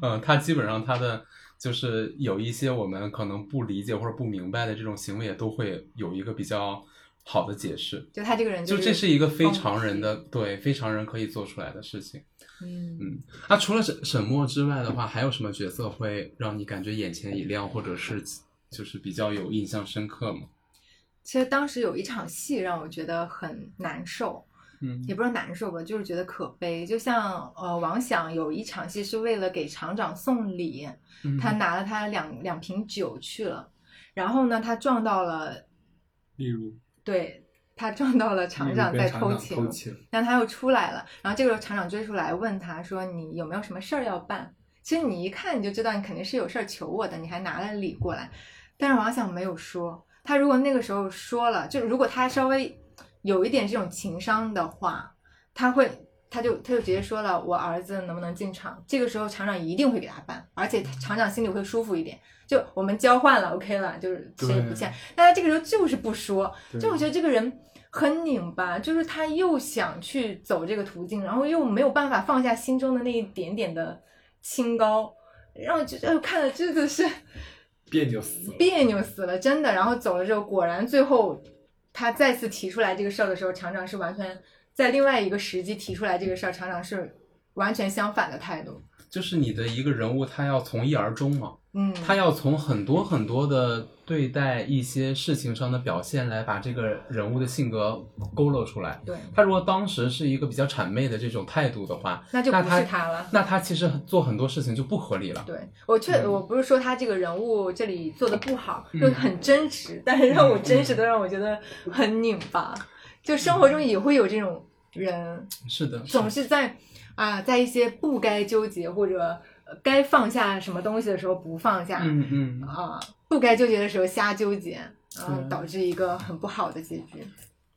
[SPEAKER 3] 嗯，他基本上他的就是有一些我们可能不理解或者不明白的这种行为，也都会有一个比较好的解释。
[SPEAKER 2] 就他这个人
[SPEAKER 3] 就是这是一个非常人的，对非常人可以做出来的事情。
[SPEAKER 2] 嗯
[SPEAKER 3] 嗯，那、除了沈沈墨之外的话，还有什么角色会让你感觉眼前一亮，或者是就是比较有印象深刻吗？
[SPEAKER 2] 其实当时有一场戏让我觉得很难受，
[SPEAKER 3] 嗯
[SPEAKER 2] 也不是难受吧，就是觉得可悲。就像呃，王响有一场戏是为了给厂长送礼，
[SPEAKER 1] 嗯
[SPEAKER 3] 嗯
[SPEAKER 2] 他拿了他两两瓶酒去了，然后呢，他撞到了，
[SPEAKER 1] 例如
[SPEAKER 2] 对他撞到了
[SPEAKER 3] 嗯
[SPEAKER 2] 厂长
[SPEAKER 1] 例如
[SPEAKER 2] 在
[SPEAKER 1] 被厂
[SPEAKER 2] 偷
[SPEAKER 1] 长
[SPEAKER 2] 情，
[SPEAKER 1] 偷情，
[SPEAKER 2] 但他又出来了，然后这个时候厂长追出来问他说：“你有没有什么事儿要办？”其实你一看你就知道你肯定是有事儿求我的，你还拿了礼过来。但是王想没有说，他如果那个时候说了，就如果他稍微有一点这种情商的话，他会他就他就直接说了：“我儿子能不能进厂？”这个时候厂长一定会给他办，而且厂长心里会舒服一点。就我们交换了，OK 了，就是谁也不
[SPEAKER 1] 对
[SPEAKER 2] 欠。但他这个时候就是不说，
[SPEAKER 1] 对
[SPEAKER 2] 就我觉得这个人很拧巴，就是他又想去走这个途径，然后又没有办法放下心中的那一点点的清高，让我觉得哎呦看了真的是
[SPEAKER 1] 别扭死了。
[SPEAKER 2] 别扭死了，真的。然后走了之后，果然最后他再次提出来这个事儿的时候，厂长是完全在另外一个时机提出来这个事儿，厂长是完全相反的态度。
[SPEAKER 3] 就是你的一个人物，他要从一而终嘛，
[SPEAKER 2] 嗯，
[SPEAKER 3] 他要从很多很多的对待一些事情上的表现来把这个人物的性格勾勒出来。
[SPEAKER 2] 对，
[SPEAKER 3] 他如果当时是一个比较谄媚的这种态度的话，
[SPEAKER 2] 那就
[SPEAKER 3] 那
[SPEAKER 2] 不
[SPEAKER 3] 他
[SPEAKER 2] 是他了。
[SPEAKER 3] 那他其实做很多事情就不合理了。
[SPEAKER 2] 对我确
[SPEAKER 3] 嗯
[SPEAKER 2] 我不是说他这个人物这里做的不好，就很真实，但
[SPEAKER 3] 嗯
[SPEAKER 2] 是让我真实的让我觉得很拧巴。就生活中也会有这种人，
[SPEAKER 3] 是的，
[SPEAKER 2] 总是在啊、在一些不该纠结或者呃该放下什么东西的时候不放下，啊、
[SPEAKER 3] 嗯嗯，
[SPEAKER 2] 不该纠结的时候瞎纠结，然后
[SPEAKER 3] 对
[SPEAKER 2] 导致一个很不好的结局。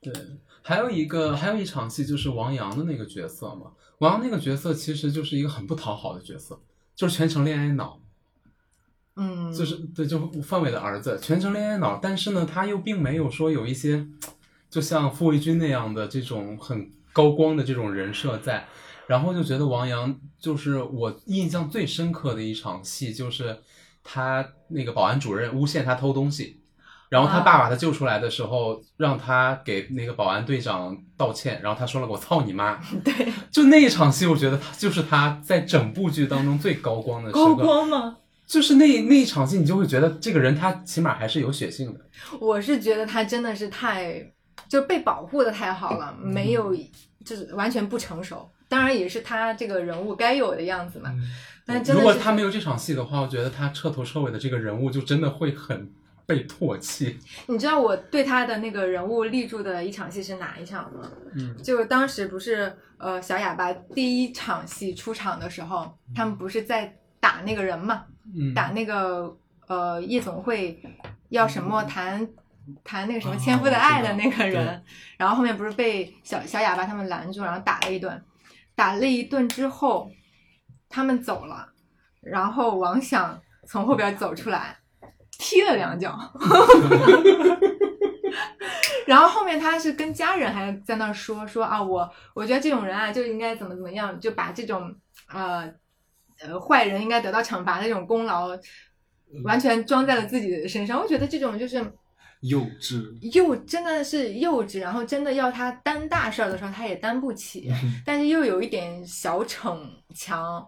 [SPEAKER 3] 对。还有一个，还有一场戏就是王阳的那个角色嘛。王阳那个角色其实就是一个很不讨好的角色，就是全程恋爱脑。
[SPEAKER 2] 嗯，
[SPEAKER 3] 就是对，就范伟的儿子全程恋爱脑，但是呢，他又并没有说有一些，就像傅卫军那样的这种很高光的这种人设在，然后就觉得王阳就是我印象最深刻的一场戏，就是他那个保安主任诬陷他偷东西，然后他
[SPEAKER 2] 啊
[SPEAKER 3] 爸把他救出来的时候，让他给那个保安队长道歉，然后他说了个“我操你妈”，
[SPEAKER 2] 对
[SPEAKER 3] 就那一场戏，我觉得他就是他在整部剧当中最高光的时刻。
[SPEAKER 2] 高光吗？
[SPEAKER 3] 就是那那一场戏，你就会觉得这个人他起码还是有血性的。
[SPEAKER 2] 我是觉得他真的是太，就被保护的太好了，没有
[SPEAKER 3] 嗯
[SPEAKER 2] 就是完全不成熟。当然也是他这个人物该有的样子嘛。
[SPEAKER 1] 嗯
[SPEAKER 2] 但真
[SPEAKER 3] 嗯如
[SPEAKER 2] 的
[SPEAKER 3] 果
[SPEAKER 2] 是
[SPEAKER 3] 他没有这场戏的话，我觉得他彻头彻尾的这个人物就真的会很被唾弃。
[SPEAKER 2] 你知道我对他的那个人物立住的一场戏是哪一场吗？
[SPEAKER 3] 嗯，
[SPEAKER 2] 就当时不是呃小哑巴第一场戏出场的时候，他们不是在打那个人嘛，
[SPEAKER 3] 嗯，
[SPEAKER 2] 打那个呃夜总会要沈墨谈谈那个什么千夫的爱的那个人，
[SPEAKER 3] 啊
[SPEAKER 2] 然后后面不是被小小哑巴他们拦住，然后打了一顿，打了一顿之后，他们走了，然后王想从后边走出来，踢了两脚。然后后面他是跟家人还在那儿说说啊，我我觉得这种人啊就应该怎么怎么样，就把这种呃呃坏人应该得到惩罚的这种功劳，完全装在了自己的身上。我觉得这种就是
[SPEAKER 1] 幼稚，
[SPEAKER 2] 幼，真的是幼稚，然后真的要他担大事儿的时候，他也担不起， 但是又有一点小逞强，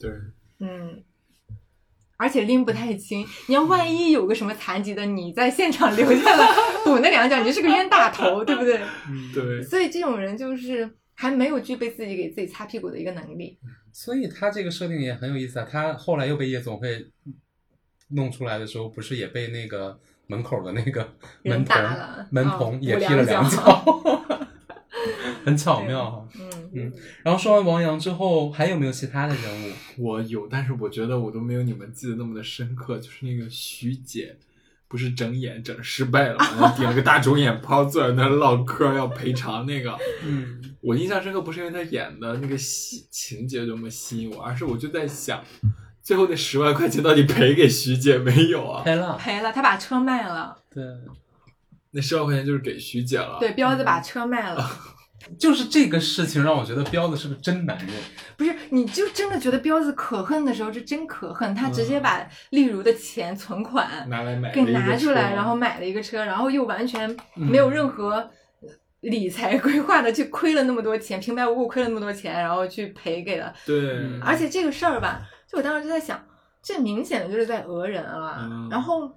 [SPEAKER 1] 对，
[SPEAKER 2] 嗯。而且拎不太清，你要万一有个什么残疾的，你在现场留下了补那两脚，你就是个冤大头，对不对？
[SPEAKER 1] 对，
[SPEAKER 2] 所以这种人就是还没有具备自己给自己擦屁股的一个能力。
[SPEAKER 3] 所以他这个设定也很有意思啊。他后来又被夜总会弄出来的时候，不是也被那个门口的那个
[SPEAKER 2] 人
[SPEAKER 3] 门童
[SPEAKER 2] 打了
[SPEAKER 3] 门
[SPEAKER 2] 哦
[SPEAKER 3] 童也
[SPEAKER 2] 补
[SPEAKER 3] 踢了
[SPEAKER 2] 两
[SPEAKER 3] 两
[SPEAKER 2] 脚
[SPEAKER 3] 脚， 很巧妙哈。
[SPEAKER 2] 嗯，
[SPEAKER 3] 然后说完王阳之后，还有没有其他的人物？
[SPEAKER 1] 我有，但是我觉得我都没有你们记得那么的深刻。就是那个徐姐，不是整眼整失败了吗？然后顶了个大肿眼泡，坐在那儿唠嗑要赔偿那个。
[SPEAKER 3] 嗯。
[SPEAKER 1] 我印象深刻，不是因为他演的那个戏情节多么吸引我，而是我就在想，最后那十万块钱到底赔给徐姐没有啊？
[SPEAKER 3] 开了，
[SPEAKER 2] 赔了，他把车卖了，
[SPEAKER 3] 对，
[SPEAKER 1] 那十万块钱就是给徐姐了。
[SPEAKER 2] 对，彪子把车卖了，
[SPEAKER 3] 就是这个事情让我觉得彪子是个真男人。
[SPEAKER 2] 不是，你就真的觉得彪子可恨的时候是真可恨，他直接把丽茹的钱存款
[SPEAKER 1] 拿来嗯买
[SPEAKER 2] 给
[SPEAKER 1] 了一个
[SPEAKER 2] 拿出
[SPEAKER 1] 车
[SPEAKER 2] 来，
[SPEAKER 1] 嗯
[SPEAKER 2] 然后买了一个车，然后又完全没有任何理财规划的去亏了那么多钱，平白无故亏了那么多钱，然后去赔给了。
[SPEAKER 1] 对，
[SPEAKER 3] 嗯
[SPEAKER 2] 而且这个事儿吧，就我当时就在想，这明显的就是在讹人啊。
[SPEAKER 1] 嗯
[SPEAKER 2] 然后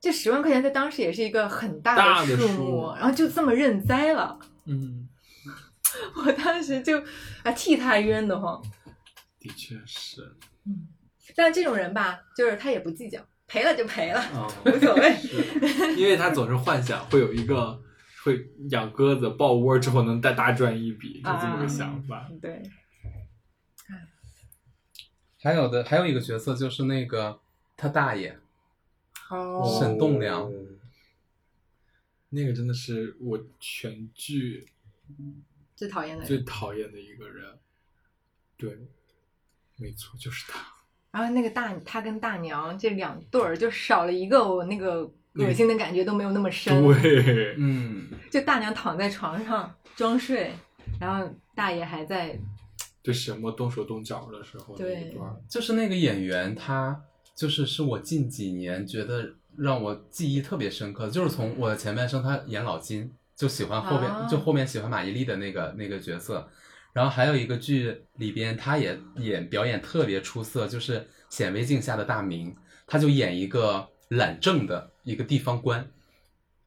[SPEAKER 2] 这十万块钱在当时也是一个很大
[SPEAKER 1] 大
[SPEAKER 2] 的
[SPEAKER 1] 的
[SPEAKER 2] 数
[SPEAKER 1] 数
[SPEAKER 2] 目
[SPEAKER 1] 目，
[SPEAKER 2] 然后就这么认栽了。
[SPEAKER 1] 嗯，
[SPEAKER 2] 我当时就啊替他冤得慌。
[SPEAKER 1] 的确是，
[SPEAKER 2] 但这种人吧，就是他也不计较，赔了就赔了，
[SPEAKER 3] 哦
[SPEAKER 1] 啊、
[SPEAKER 2] 无所谓。
[SPEAKER 1] 是因为他总是幻想会有一个会养鸽子抱窝之后能再大赚一笔，
[SPEAKER 2] 啊
[SPEAKER 1] 就这么个想法。
[SPEAKER 2] 对，
[SPEAKER 3] 还有的还有一个角色就是那个他大爷，
[SPEAKER 2] 哦
[SPEAKER 3] 沈栋梁，
[SPEAKER 1] 那个真的是我全剧
[SPEAKER 2] 最讨厌的人。
[SPEAKER 1] 最讨厌的一个人。对，没错，就是他。
[SPEAKER 2] 然后那个大他跟大娘这两对儿，就少了一个我那个恶心的感觉都没有那么深。
[SPEAKER 1] 对，
[SPEAKER 3] 嗯，
[SPEAKER 2] 就大娘躺在床上装睡，然后大爷还在
[SPEAKER 1] 对什么动手动脚的时候那
[SPEAKER 2] 对
[SPEAKER 1] 一段儿，
[SPEAKER 3] 啊就是那个演员，他就是是我近几年觉得让我记忆特别深刻的，就是从我的前半生他演老金，就喜欢后边、
[SPEAKER 2] 啊
[SPEAKER 3] 就后面喜欢马伊琍的那个那个角色，然后还有一个剧里边他也演表演特别出色，就是《显微镜下的大明》，他就演一个懒政的一个地方官。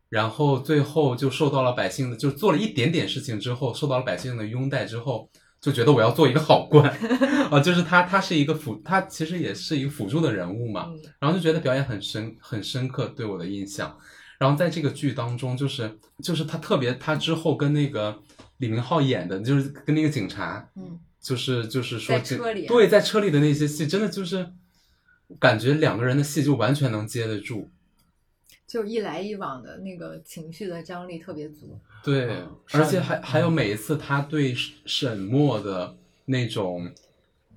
[SPEAKER 3] 然后最后就受到了百姓的，就做了一点点事情之后，受到了百姓的拥戴之后，就觉得我要做一个好官， 啊，就是他，他是一个辅，他其实也是一个辅助的人物嘛，
[SPEAKER 2] 嗯
[SPEAKER 3] 然后就觉得表演很深很深刻，对我的印象。然后在这个剧当中，就是就是他特别，他之后跟那个李明浩演的，就是跟那个警察，
[SPEAKER 2] 嗯，
[SPEAKER 3] 就是就是说
[SPEAKER 2] 在
[SPEAKER 3] 这
[SPEAKER 2] 车里啊
[SPEAKER 3] 对，在车里的那些戏，真的就是感觉两个人的戏就完全能接得住，
[SPEAKER 2] 就一来一往的那个情绪的张力特别足。
[SPEAKER 3] 对，
[SPEAKER 1] 嗯
[SPEAKER 3] 而
[SPEAKER 1] 上
[SPEAKER 3] 且
[SPEAKER 1] 一
[SPEAKER 3] 还
[SPEAKER 1] 嗯
[SPEAKER 3] 还有每一次他对沈沈墨的那种，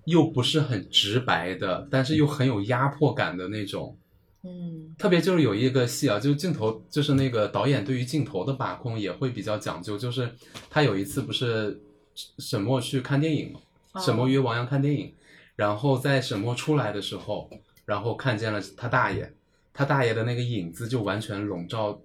[SPEAKER 3] 又不是很直白的，但是又很有压迫感的那种。
[SPEAKER 2] 嗯
[SPEAKER 3] 特别就是有一个戏啊，就是镜头，就是那个导演对于镜头的把控也会比较讲究。就是他有一次不是沈墨去看电影嘛，
[SPEAKER 2] 哦
[SPEAKER 3] 沈墨约王阳看电影，然后在沈墨出来的时候，然后看见了他大爷，他大爷的那个影子就完全笼罩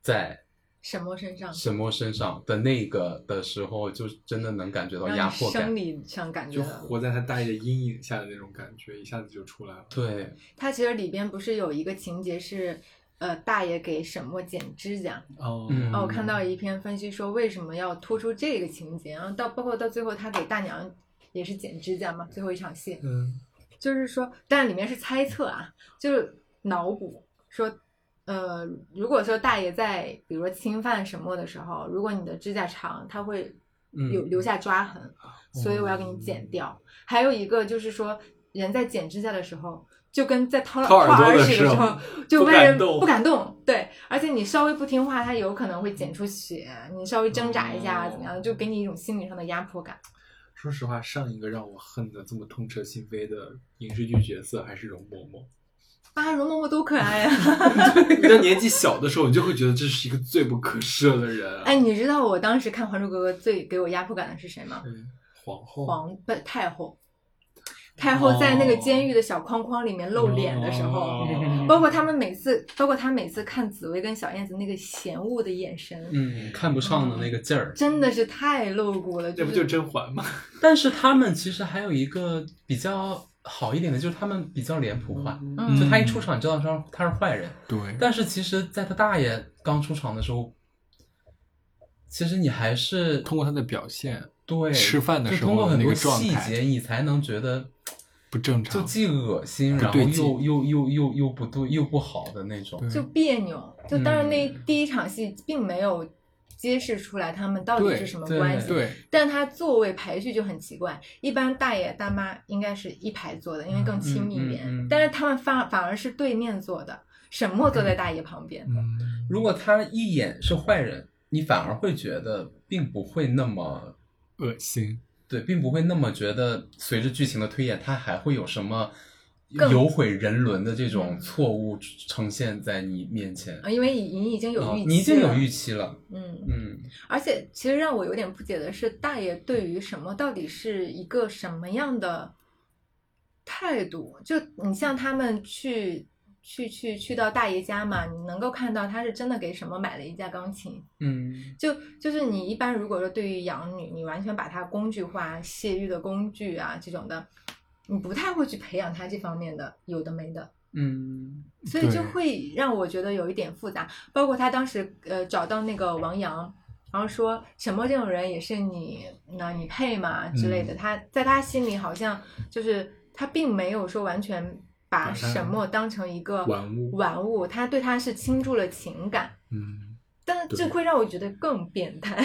[SPEAKER 3] 在
[SPEAKER 2] 沈墨身上，
[SPEAKER 3] 沈墨身上的那个的时候，就真的能感觉到
[SPEAKER 2] 让
[SPEAKER 3] 压
[SPEAKER 2] 你
[SPEAKER 3] 迫感
[SPEAKER 2] 嗯生。理上感觉
[SPEAKER 1] 就
[SPEAKER 2] 到。
[SPEAKER 1] 活在他大爷的阴影下的那种感觉，一下子就出来了。
[SPEAKER 3] 对，
[SPEAKER 2] 它其实里边不是有一个情节是，呃，大爷给沈墨剪指甲。
[SPEAKER 1] 哦
[SPEAKER 3] 嗯
[SPEAKER 2] 哦，我看到一篇分析说为什么要突出这个情节，然后到包括到最后他给大娘也是剪指甲嘛，最后一场戏
[SPEAKER 1] 嗯，
[SPEAKER 2] 就是说，但里面是猜测啊，就是脑补说。呃，如果说大爷在，比如说侵犯沈墨的时候，如果你的指甲长，它会
[SPEAKER 3] 嗯
[SPEAKER 2] 有留下抓痕，
[SPEAKER 1] 哦
[SPEAKER 2] 所以我要给你剪掉。还有一个就是说，人在剪指甲的时候，就跟在掏
[SPEAKER 1] 掏耳朵
[SPEAKER 2] 耳
[SPEAKER 1] 的
[SPEAKER 2] 屎的
[SPEAKER 1] 时
[SPEAKER 2] 时
[SPEAKER 1] 候
[SPEAKER 2] 候，就
[SPEAKER 1] 不
[SPEAKER 2] 外
[SPEAKER 1] 敢
[SPEAKER 2] 人
[SPEAKER 1] 动
[SPEAKER 2] 不敢动。对，而且你稍微不听话，它有可能会剪出血，你稍微挣扎一下啊
[SPEAKER 1] 哦
[SPEAKER 2] 怎么样，就给你一种心理上的压迫感。
[SPEAKER 1] 说实话，上一个让我恨得这么痛彻心扉的影视剧角色还是容嬷嬷。
[SPEAKER 2] 啊，容嬷嬷多可爱呀、啊
[SPEAKER 1] 你到年纪小的时候，你就会觉得这是一个罪不可赦的人。
[SPEAKER 2] 哎，你知道我当时看《还珠格格》最给我压迫感的是谁吗？
[SPEAKER 1] 嗯，皇后，
[SPEAKER 2] 皇不太后，太后在那个监狱的小框框里面露脸的时候。
[SPEAKER 1] 哦
[SPEAKER 2] 包括他们每次，包括他每次看紫薇跟小燕子那个嫌恶的眼神，
[SPEAKER 3] 嗯看不上的那个劲儿。
[SPEAKER 1] 嗯
[SPEAKER 2] 真的是太露骨了。
[SPEAKER 1] 那
[SPEAKER 2] 就
[SPEAKER 1] 不就是甄嬛吗？
[SPEAKER 3] 但是他们其实还有一个比较好一点的，就是他们比较脸谱化，
[SPEAKER 2] 嗯
[SPEAKER 3] 就他一出场你知道他他是坏人，
[SPEAKER 1] 对，
[SPEAKER 3] 但是其实在他大爷刚出场的时候，其实你还是
[SPEAKER 1] 通过她的表现，
[SPEAKER 3] 对
[SPEAKER 1] 吃饭的时
[SPEAKER 3] 就通过
[SPEAKER 1] 候的
[SPEAKER 3] 很
[SPEAKER 1] 那
[SPEAKER 3] 多
[SPEAKER 1] 个状
[SPEAKER 3] 细
[SPEAKER 1] 态
[SPEAKER 3] 节，你才能觉得
[SPEAKER 1] 不正
[SPEAKER 3] 就
[SPEAKER 1] 常。
[SPEAKER 3] 既恶心，
[SPEAKER 1] 不
[SPEAKER 3] 然后
[SPEAKER 1] 对劲
[SPEAKER 3] 又又又又又不对又不好的那种。
[SPEAKER 2] 就
[SPEAKER 1] 对，
[SPEAKER 2] 别扭。就当然那
[SPEAKER 3] 嗯
[SPEAKER 2] 第一场戏并没有揭示出来他们到底
[SPEAKER 1] 对
[SPEAKER 2] 是什么
[SPEAKER 3] 对
[SPEAKER 2] 关系，
[SPEAKER 1] 对，
[SPEAKER 2] 但他座位排序就很奇怪。一般大爷大妈应该是一排坐的，因为更亲密一点，
[SPEAKER 3] 嗯嗯嗯嗯
[SPEAKER 2] 但是他们反反而是对面坐的，沈墨坐在大爷旁边。
[SPEAKER 1] 嗯，
[SPEAKER 3] 如果他一眼是坏人，你反而会觉得并不会那么
[SPEAKER 1] 恶心。
[SPEAKER 3] 对，并不会那么觉得。随着剧情的推演，它还会有什么
[SPEAKER 2] 更
[SPEAKER 3] 有毁人伦的这
[SPEAKER 1] 嗯
[SPEAKER 3] 种错误呈现在你面前？
[SPEAKER 2] 啊，因为你你已经有
[SPEAKER 3] 啊
[SPEAKER 2] 预期了，
[SPEAKER 3] 你已经有预期了，
[SPEAKER 2] 嗯，
[SPEAKER 3] 嗯，
[SPEAKER 2] 而且其实让我有点不解的是，大爷对于什么到底是一个什么样的态度？就你像他们去去去去到大爷家嘛，你能够看到他是真的给什么买了一架钢琴。
[SPEAKER 3] 嗯
[SPEAKER 2] 就就是你一般如果说对于养女，你完全把她工具化、泄欲的工具啊这种的，你不太会去培养她这方面的有的没的，
[SPEAKER 3] 嗯，
[SPEAKER 2] 所以就
[SPEAKER 3] 对
[SPEAKER 2] 会让我觉得有一点复杂。包括他当时呃找到那个王阳，然后说什么这种人也是你那你配吗
[SPEAKER 1] 嗯
[SPEAKER 2] 之类的，他在他心里好像就是他并没有说完全把
[SPEAKER 1] 把他
[SPEAKER 2] 什么当成一个
[SPEAKER 1] 玩物
[SPEAKER 2] 玩物，他对他是倾注了情感。
[SPEAKER 1] 嗯，
[SPEAKER 2] 但
[SPEAKER 1] 对
[SPEAKER 2] 这会让我觉得更变态。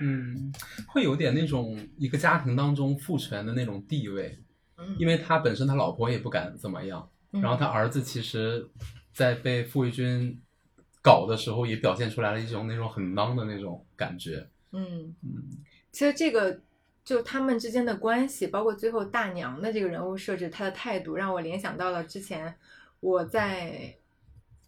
[SPEAKER 3] 嗯，会有点那种一个家庭当中父权的那种地位，
[SPEAKER 2] 嗯
[SPEAKER 3] 因为他本身他老婆也不敢怎么样，
[SPEAKER 2] 嗯
[SPEAKER 3] 然后他儿子其实，在被傅卫军搞的时候，也表现出来了一种那种很囊的那种感觉。
[SPEAKER 2] 嗯
[SPEAKER 3] 嗯，
[SPEAKER 2] 其实这个就他们之间的关系，包括最后大娘的这个人物设置，她的态度让我联想到了之前我在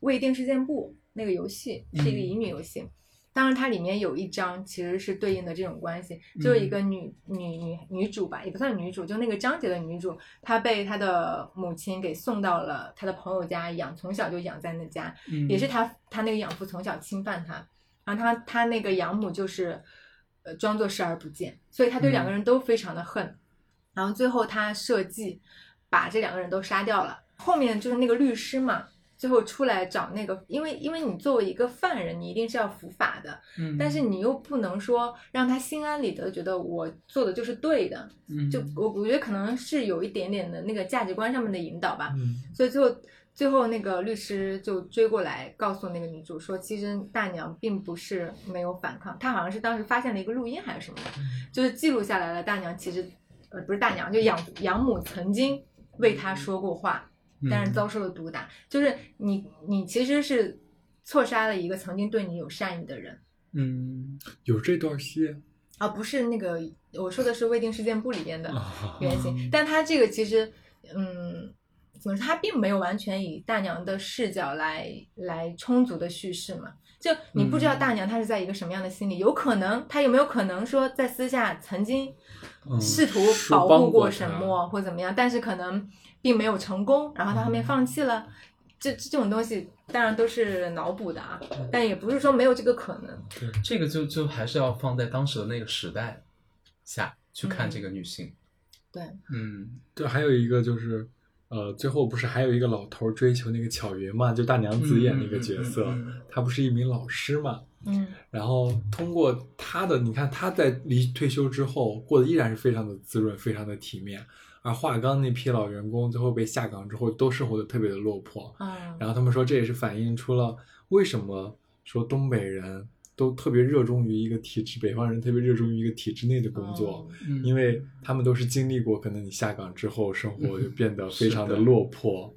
[SPEAKER 2] 未定事件簿那个游戏，
[SPEAKER 3] 嗯
[SPEAKER 2] 是一个乙女游戏。当然，它里面有一章其实是对应的这种关系，就是
[SPEAKER 3] 嗯
[SPEAKER 2] 一个女、女女女主吧，也不算女主，就那个章节的女主，她被她的母亲给送到了她的朋友家养，从小就养在那家。
[SPEAKER 3] 嗯
[SPEAKER 2] 也是他他那个养父从小侵犯他，然后他他那个养母就是呃装作视而不见，所以他对两
[SPEAKER 3] 嗯
[SPEAKER 2] 个人都非常的恨，然后最后他设计把这两个人都杀掉了。后面就是那个律师嘛，最后出来找那个，因为因为你作为一个犯人，你一定是要服法的，
[SPEAKER 3] 嗯，
[SPEAKER 2] 但是你又不能说让他心安理得地觉得我做的就是对的，
[SPEAKER 3] 嗯
[SPEAKER 2] 就我我觉得可能是有一点点的那个价值观上面的引导吧，
[SPEAKER 1] 嗯
[SPEAKER 2] 所以最后最后那个律师就追过来，告诉那个女主说，其实大娘并不是没有反抗，她好像是当时发现了一个录音还是什么的，就是记录下来了。大娘其实呃不是大娘，就养养母曾经为她说过话，但是遭受了毒打。就是你你其实是错杀了一个曾经对你有善意的人
[SPEAKER 3] 嗯
[SPEAKER 1] 有这段戏
[SPEAKER 2] 啊，不是那个我说的是未定事件簿里面的。
[SPEAKER 1] 啊，
[SPEAKER 2] 原型。但他这个其实，嗯，怎么说？他并没有完全以大娘的视角来来充足的叙事嘛。就你不知道
[SPEAKER 1] 嗯
[SPEAKER 2] 大娘她是在一个什么样的心理，有可能她有没有可能说在私下曾经
[SPEAKER 1] 嗯
[SPEAKER 2] 试图
[SPEAKER 1] 是
[SPEAKER 2] 保
[SPEAKER 1] 帮
[SPEAKER 2] 护
[SPEAKER 1] 过
[SPEAKER 2] 什
[SPEAKER 1] 她
[SPEAKER 2] 么或怎么样，但是可能并没有成功，然后她后
[SPEAKER 1] 嗯
[SPEAKER 2] 面放弃了。这这种东西当然都是脑补的啊，
[SPEAKER 1] 嗯
[SPEAKER 2] 但也不是说没有这个可能。嗯
[SPEAKER 3] 这个就就还是要放在当时的那个时代下去看这个女性。
[SPEAKER 2] 嗯对，
[SPEAKER 3] 嗯
[SPEAKER 1] 对，还有一个就是，呃，最后不是还有一个老头追求那个巧云嘛，就大娘子演那个角色，
[SPEAKER 3] 嗯嗯嗯嗯嗯
[SPEAKER 1] 他不是一名老师嘛，
[SPEAKER 2] 嗯
[SPEAKER 1] 然后通过他的，你看他在离退休之后过得依然是非常的滋润，非常的体面，而华钢那批老员工最后被下岗之后都生活的特别的落魄，
[SPEAKER 2] 啊，
[SPEAKER 1] 然后他们说这也是反映出了为什么说东北人都特别热衷于一个体制，北方人特别热衷于一个体制内的工作。
[SPEAKER 2] 嗯
[SPEAKER 3] 嗯
[SPEAKER 1] 因为他们都是经历过，可能你下岗之后生活就变得非常的
[SPEAKER 3] 是的
[SPEAKER 1] 落魄，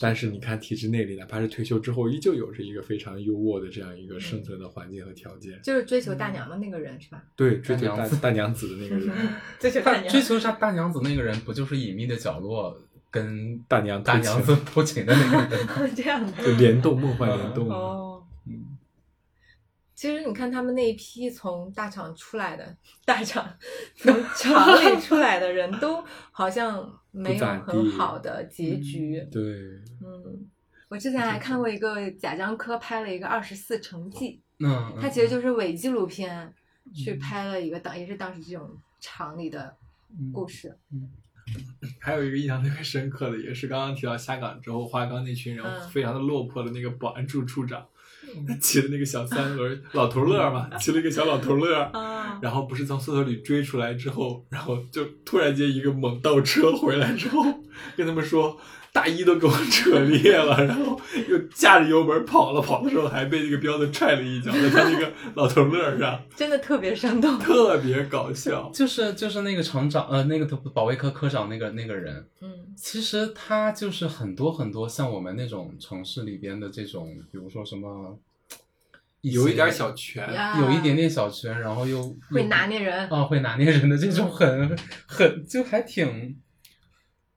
[SPEAKER 1] 但是你看体制内里，哪怕是退休之后，依旧有着一个非常优渥的这样一个生存的环境和条件。
[SPEAKER 2] 就是追求大娘的那个人是吧？
[SPEAKER 1] 对，追求大
[SPEAKER 3] 娘子
[SPEAKER 1] 大娘子的那个人，
[SPEAKER 2] 追求
[SPEAKER 3] 他追求一下大娘子那个人，不就是隐秘的角落跟
[SPEAKER 1] 大娘偷
[SPEAKER 3] 大
[SPEAKER 1] 情
[SPEAKER 3] 娘子偷情的 那个 人？
[SPEAKER 2] 这样的。
[SPEAKER 1] 就联动梦幻联动。
[SPEAKER 2] 哦，
[SPEAKER 3] 嗯
[SPEAKER 2] 其实你看他们那一批从大厂出来的， 大厂从厂里出来的人都好像没有很好的结局。
[SPEAKER 1] 对，
[SPEAKER 2] 嗯，我之前还看过一个贾樟柯拍了一个《二十四城记
[SPEAKER 3] 嗯，》，
[SPEAKER 2] 它其实就是伪纪录片，去拍了一个当也是当时这种厂里的
[SPEAKER 1] 嗯
[SPEAKER 2] 故事。
[SPEAKER 1] 还有一个印象特别深刻的，也是刚刚提到下岗之后，花岗那群人
[SPEAKER 2] 嗯
[SPEAKER 1] 非常的落魄的那个保安处处长，他 骑的那个小三轮老头乐嘛，骑了一个小老头乐。
[SPEAKER 2] 啊，
[SPEAKER 1] 然后不是从厕所里追出来之后，然后就突然间一个猛倒车回来之后，跟他们说大衣都给我扯裂了，然后又架着油门跑了，跑的时候还被那个彪子踹了一脚，在他那个老头乐上，
[SPEAKER 2] 真的特别生动。
[SPEAKER 1] 特别搞笑。
[SPEAKER 3] 就是就是那个厂长呃那个保卫科科长那个那个人，
[SPEAKER 2] 嗯
[SPEAKER 3] 其实他就是很多很多像我们那种城市里边的这种，比如说什么，
[SPEAKER 1] 有一点
[SPEAKER 3] 些
[SPEAKER 1] 小权，
[SPEAKER 2] 呀
[SPEAKER 3] 有一点点小权，然后又
[SPEAKER 2] 啊会拿捏人。
[SPEAKER 3] 啊会拿捏人的这种很很就还挺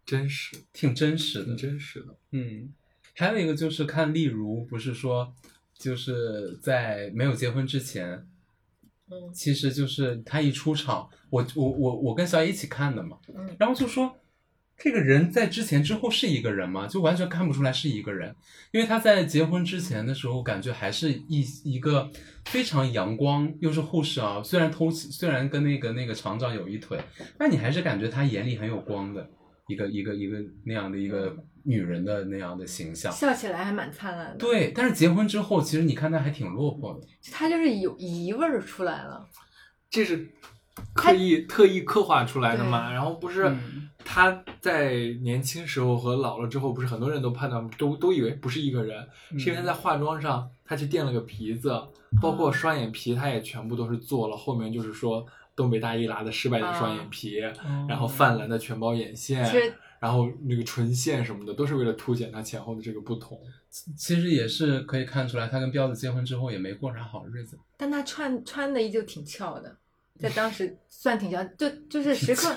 [SPEAKER 1] 真实，
[SPEAKER 3] 挺真实的
[SPEAKER 1] 嗯挺，真实的。
[SPEAKER 3] 嗯，还有一个就是看例如，不是说就是在没有结婚之前，
[SPEAKER 2] 嗯
[SPEAKER 3] 其实就是他一出场，我我我我跟小野一起看的嘛，
[SPEAKER 2] 嗯
[SPEAKER 3] 然后就说这个人在之前之后是一个人吗？就完全看不出来是一个人，因为他在结婚之前的时候，感觉还是一一个非常阳光，又是护士啊，虽然偷虽然跟那个那个厂长有一腿，但你还是感觉他眼里很有光的一个一个一个那样的一个女人的那样的形象。
[SPEAKER 2] 笑起来还蛮灿烂的。，
[SPEAKER 3] 对，但是结婚之后，其实你看他还挺落魄的。
[SPEAKER 2] 他就是有疑味儿出来了。
[SPEAKER 1] 这是刻意特意刻画出来的嘛。
[SPEAKER 2] 对
[SPEAKER 1] 然后不是
[SPEAKER 3] 嗯
[SPEAKER 1] 他在年轻时候和老了之后，不是很多人都判断都都以为不是一个人，是因为他在化妆上他去垫了个皮子，包括双眼皮他也全部都是做了。后面就是说东北大一拉的失败的双眼皮，
[SPEAKER 3] 嗯
[SPEAKER 1] 然后泛蓝的全包眼线
[SPEAKER 3] 哎
[SPEAKER 2] 其。实
[SPEAKER 1] 然后那个唇线什么的，都是为了凸显他前后的这个不同。
[SPEAKER 3] 其实也是可以看出来，他跟彪子结婚之后也没过啥好日子。
[SPEAKER 2] 但他穿穿的依旧挺翘的，在当时算挺翘，就就是时 刻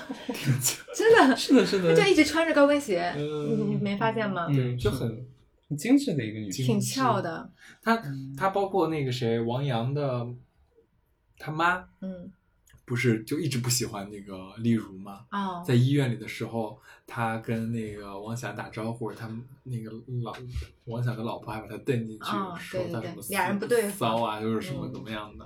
[SPEAKER 2] 真的，
[SPEAKER 3] 是的，是
[SPEAKER 2] 他就一直穿着高跟鞋，
[SPEAKER 1] 嗯
[SPEAKER 2] 你你没发现吗？
[SPEAKER 1] 对，
[SPEAKER 3] 嗯
[SPEAKER 1] 就很
[SPEAKER 3] 很精致的一个女
[SPEAKER 1] 精
[SPEAKER 3] 性。
[SPEAKER 2] 挺翘的，
[SPEAKER 1] 他
[SPEAKER 3] 嗯
[SPEAKER 1] 他包括那个谁王阳的他妈，
[SPEAKER 2] 嗯
[SPEAKER 1] 不是就一直不喜欢那个丽茹吗？
[SPEAKER 2] 哦，
[SPEAKER 1] 在医院里的时候，他跟那个王霞打招呼，他们那个老王霞的老婆还把他瞪进去，
[SPEAKER 2] 哦
[SPEAKER 1] 说
[SPEAKER 2] 对
[SPEAKER 1] 他
[SPEAKER 2] 对
[SPEAKER 1] 什么
[SPEAKER 2] 对俩人不对付
[SPEAKER 1] 骚啊，就是什么
[SPEAKER 2] 嗯
[SPEAKER 1] 怎么样的。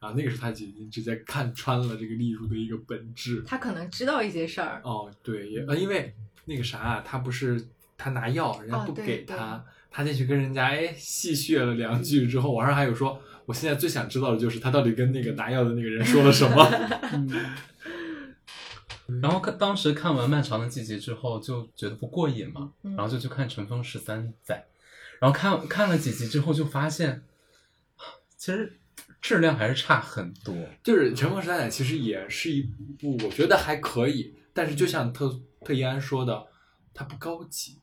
[SPEAKER 1] 然后那个时候他就已经直接看穿了这个丽茹的一个本质。
[SPEAKER 2] 他可能知道一些事儿，
[SPEAKER 1] 哦，对，也呃，因为那个啥、啊他不是他拿药，人家
[SPEAKER 2] 哦
[SPEAKER 1] 不
[SPEAKER 2] 对
[SPEAKER 1] 给
[SPEAKER 2] 对
[SPEAKER 1] 他，他进去跟人家哎戏谑了两句之后，网上还有说，我现在最想知道的就是他到底跟那个拿药的那个人说了什么。
[SPEAKER 3] 然后看当时看完《漫长的季节》之后，就觉得不过瘾嘛，
[SPEAKER 2] 嗯
[SPEAKER 3] 然后就去看《乘风十三载》，然后看看了几集之后，就发现啊其实质量还是差很多。
[SPEAKER 2] 嗯
[SPEAKER 1] 就是《乘风十三载》其实也是一部我觉得还可以，但是就像特特一安说的，它不高级，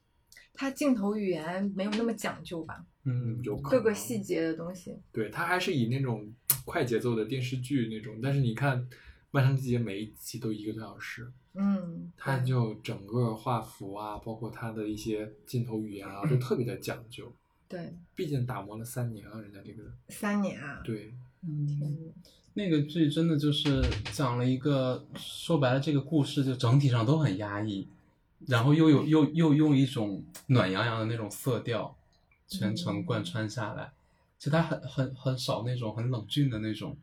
[SPEAKER 2] 他镜头语言没有那么讲究吧，
[SPEAKER 3] 嗯，
[SPEAKER 1] 有可
[SPEAKER 2] 各
[SPEAKER 1] 能
[SPEAKER 2] 个细节的东西，
[SPEAKER 1] 对，它还是以那种快节奏的电视剧那种，但是你看《漫长的季节》每一集都一个多小时，
[SPEAKER 2] 嗯，
[SPEAKER 1] 它
[SPEAKER 2] 对
[SPEAKER 1] 就整个画幅啊，包括它的一些镜头语言啊，
[SPEAKER 2] 嗯
[SPEAKER 1] 都特别的讲究。
[SPEAKER 2] 对
[SPEAKER 1] 毕竟打磨了三年啊了，人家这个
[SPEAKER 2] 三年啊，
[SPEAKER 1] 对，
[SPEAKER 2] 嗯
[SPEAKER 3] 那个剧真的就是讲了一个，说白了，这个故事就整体上都很压抑，然后又有又又用一种暖洋洋的那种色调，全
[SPEAKER 2] 嗯
[SPEAKER 3] 程贯穿下来。其实它很很很少那种很冷峻的那种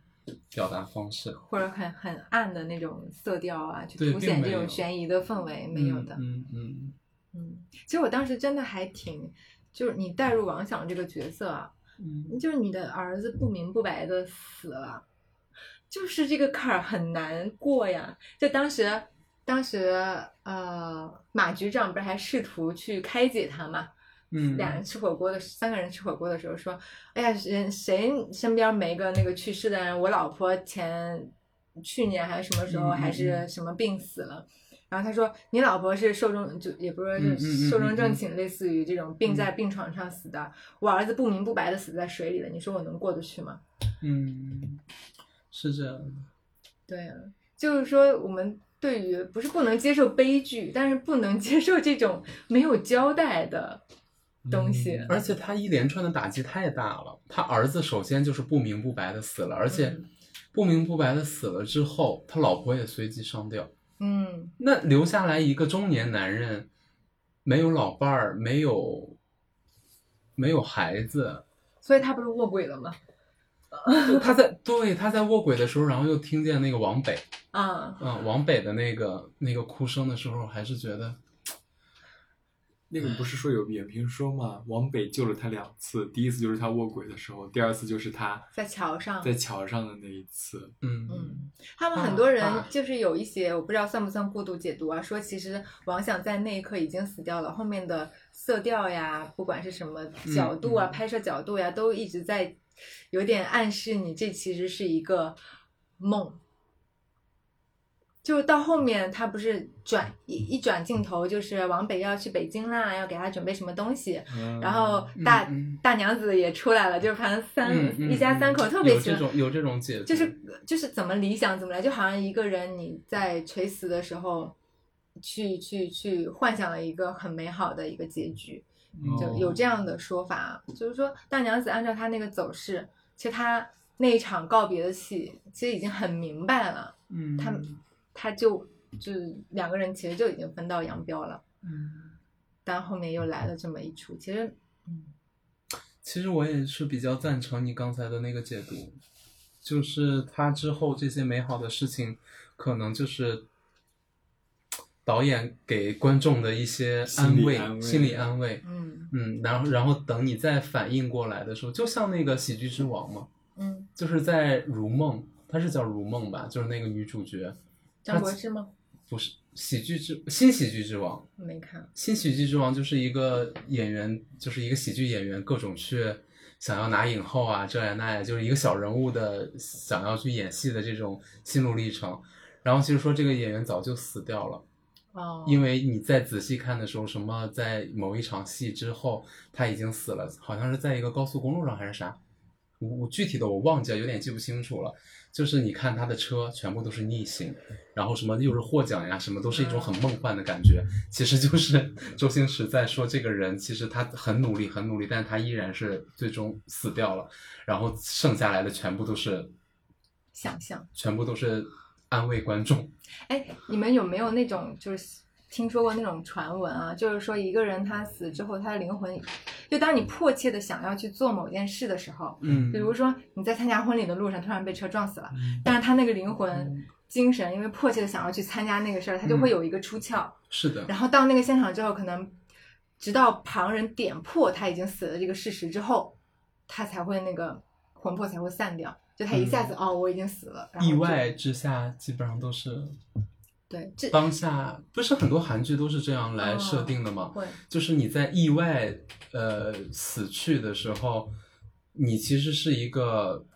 [SPEAKER 3] 表达方式，
[SPEAKER 2] 或者很很暗的那种色调啊，去
[SPEAKER 3] 对
[SPEAKER 2] 凸
[SPEAKER 3] 并
[SPEAKER 2] 显
[SPEAKER 3] 没
[SPEAKER 2] 这种
[SPEAKER 3] 有
[SPEAKER 2] 悬疑的氛围没有的，
[SPEAKER 3] 嗯嗯
[SPEAKER 2] 嗯，其实我当时真的还挺，就是你带入王想这个角色啊，
[SPEAKER 3] 嗯
[SPEAKER 2] 就是你的儿子不明不白的死了，就是这个坎儿很难过呀。就当时，当时呃，马局长不是还试图去开解他嘛？
[SPEAKER 3] 嗯，
[SPEAKER 2] 俩人吃火锅的，三个人吃火锅的时候说：“哎呀，人谁身边没个那个去世的人？我老婆前去年还是什么时候
[SPEAKER 3] 嗯嗯
[SPEAKER 2] 还是
[SPEAKER 3] 嗯
[SPEAKER 2] 什么病死了。”然后他说：“你老婆是寿终就也不是说
[SPEAKER 3] 嗯嗯
[SPEAKER 2] 是
[SPEAKER 3] 嗯
[SPEAKER 2] 寿终
[SPEAKER 3] 嗯
[SPEAKER 2] 正
[SPEAKER 3] 嗯
[SPEAKER 2] 寝，类似于这种病在病床上死的。我儿子不明不白的死在水里了，你说我能过得去吗
[SPEAKER 3] 嗯是这样的，？”
[SPEAKER 2] 对啊，就是说我们对于不是不能接受悲剧，但是不能 接受这种没有交代的东西。
[SPEAKER 3] 嗯而且他一连串的打击太大了。他儿子首先就是不明不白的死了，而且
[SPEAKER 2] 嗯
[SPEAKER 3] 不明不白的死了之后，他老婆也随即上吊。
[SPEAKER 2] 嗯
[SPEAKER 3] 那留下来一个中年男人，没有老伴儿，没有没有孩子，
[SPEAKER 2] 所以他不是卧轨了吗？
[SPEAKER 3] 他在对他在卧轨的时候，然后又听见那个往北，
[SPEAKER 2] 啊、
[SPEAKER 3] 嗯，往北的那个那个哭声的时候，还是觉得
[SPEAKER 1] 那个不是说有影评说嘛，往北救了他两次，第一次就是他卧轨的时候，第二次就是他
[SPEAKER 2] 在桥上
[SPEAKER 1] 在桥上的那一次。
[SPEAKER 3] 嗯
[SPEAKER 2] 嗯，他们
[SPEAKER 3] 啊
[SPEAKER 2] 很多人
[SPEAKER 3] 啊
[SPEAKER 2] 就是有一些，我不知道算不算过度解读啊，说其实王想在那一刻已经死掉了，后面的色调呀，不管是什么角度啊，
[SPEAKER 3] 嗯嗯
[SPEAKER 2] 拍摄角度呀，都一直在有点暗示你这其实是一个梦。就是到后面，他不是转一一转镜头，就是往北要去北京啦，要给他准备什么东西，
[SPEAKER 1] 嗯
[SPEAKER 2] 然后大、
[SPEAKER 3] 嗯嗯
[SPEAKER 2] 大娘子也出来了，就是反正三、
[SPEAKER 3] 嗯嗯
[SPEAKER 2] 一家三口
[SPEAKER 3] 嗯
[SPEAKER 2] 特别
[SPEAKER 3] 有
[SPEAKER 2] 喜
[SPEAKER 3] 这
[SPEAKER 2] 欢
[SPEAKER 3] 种有这种解读，
[SPEAKER 2] 就是就是怎么理想怎么来，就好像一个人你在垂死的时候，去去去幻想了一个很美好的一个结局，
[SPEAKER 3] 哦
[SPEAKER 2] 就有这样的说法，就是说大娘子按照她那个走势，其实她那一场告别的戏，其实已经很明白了，
[SPEAKER 4] 嗯，
[SPEAKER 2] 他们她就就两个人其实就已经分道扬镳了，
[SPEAKER 4] 嗯，
[SPEAKER 2] 但后面又来了这么一出，其实
[SPEAKER 3] 其实我也是比较赞成你刚才的那个解读，就是他之后这些美好的事情，可能就是导演给观众的一些安慰、
[SPEAKER 1] 心理安慰
[SPEAKER 3] 心理安慰。
[SPEAKER 2] 嗯
[SPEAKER 3] 嗯，然后然后等你再反应过来的时候，就像那个《喜剧之王》嘛，
[SPEAKER 2] 嗯，
[SPEAKER 3] 就是在《如梦》，它是叫《如梦》吧，就是那个女主角，
[SPEAKER 2] 张柏芝吗？
[SPEAKER 3] 不是《喜剧之新喜剧之王》，
[SPEAKER 2] 没看，
[SPEAKER 3] 新喜剧之王就是一个演员，就是一个喜剧演员，各种去想要拿影后啊，这呀那呀，就是一个小人物的想要去演戏的这种心路历程。然后其实说这个演员早就死掉了，
[SPEAKER 2] 哦，
[SPEAKER 3] 因为你再仔细看的时候，什么在某一场戏之后他已经死了，好像是在一个高速公路上还是啥，我我具体的我忘记了，有点记不清楚了。就是你看他的车全部都是逆行，然后什么又是获奖呀，什么都是一种很梦幻的感觉。其实就是 周星驰在说这个人，其实他很努力，很努力，但是他依然是最终死掉了。然后剩下来的全部都是，
[SPEAKER 2] 想象。
[SPEAKER 3] 全部都是安慰观众。
[SPEAKER 2] 哎，你们有没有那种就是听说过那种传闻啊？就是说一个人他死之后，他的灵魂，就当你迫切的想要去做某件事的时候，
[SPEAKER 3] 嗯
[SPEAKER 2] 比如说你在参加婚礼的路上突然被车撞死了，
[SPEAKER 1] 嗯
[SPEAKER 2] 但是他那个灵魂精神因为迫切的想要去参加那个事儿，他就会有一个出窍，
[SPEAKER 3] 是的，
[SPEAKER 2] 然后到那个现场之后，可能直到旁人点破他已经死了这个事实之后，他才会那个魂魄才会散掉。就他一下子、哦，我已经死了，然后
[SPEAKER 3] 嗯意
[SPEAKER 2] 就
[SPEAKER 3] 外呃之下基本上都是
[SPEAKER 2] 对这
[SPEAKER 3] 当下，不是很多韩剧都是这样来设
[SPEAKER 2] 嗯
[SPEAKER 3] 定的吗？
[SPEAKER 2] 会
[SPEAKER 3] 就是你在意外呃死去的时候，你其实是一个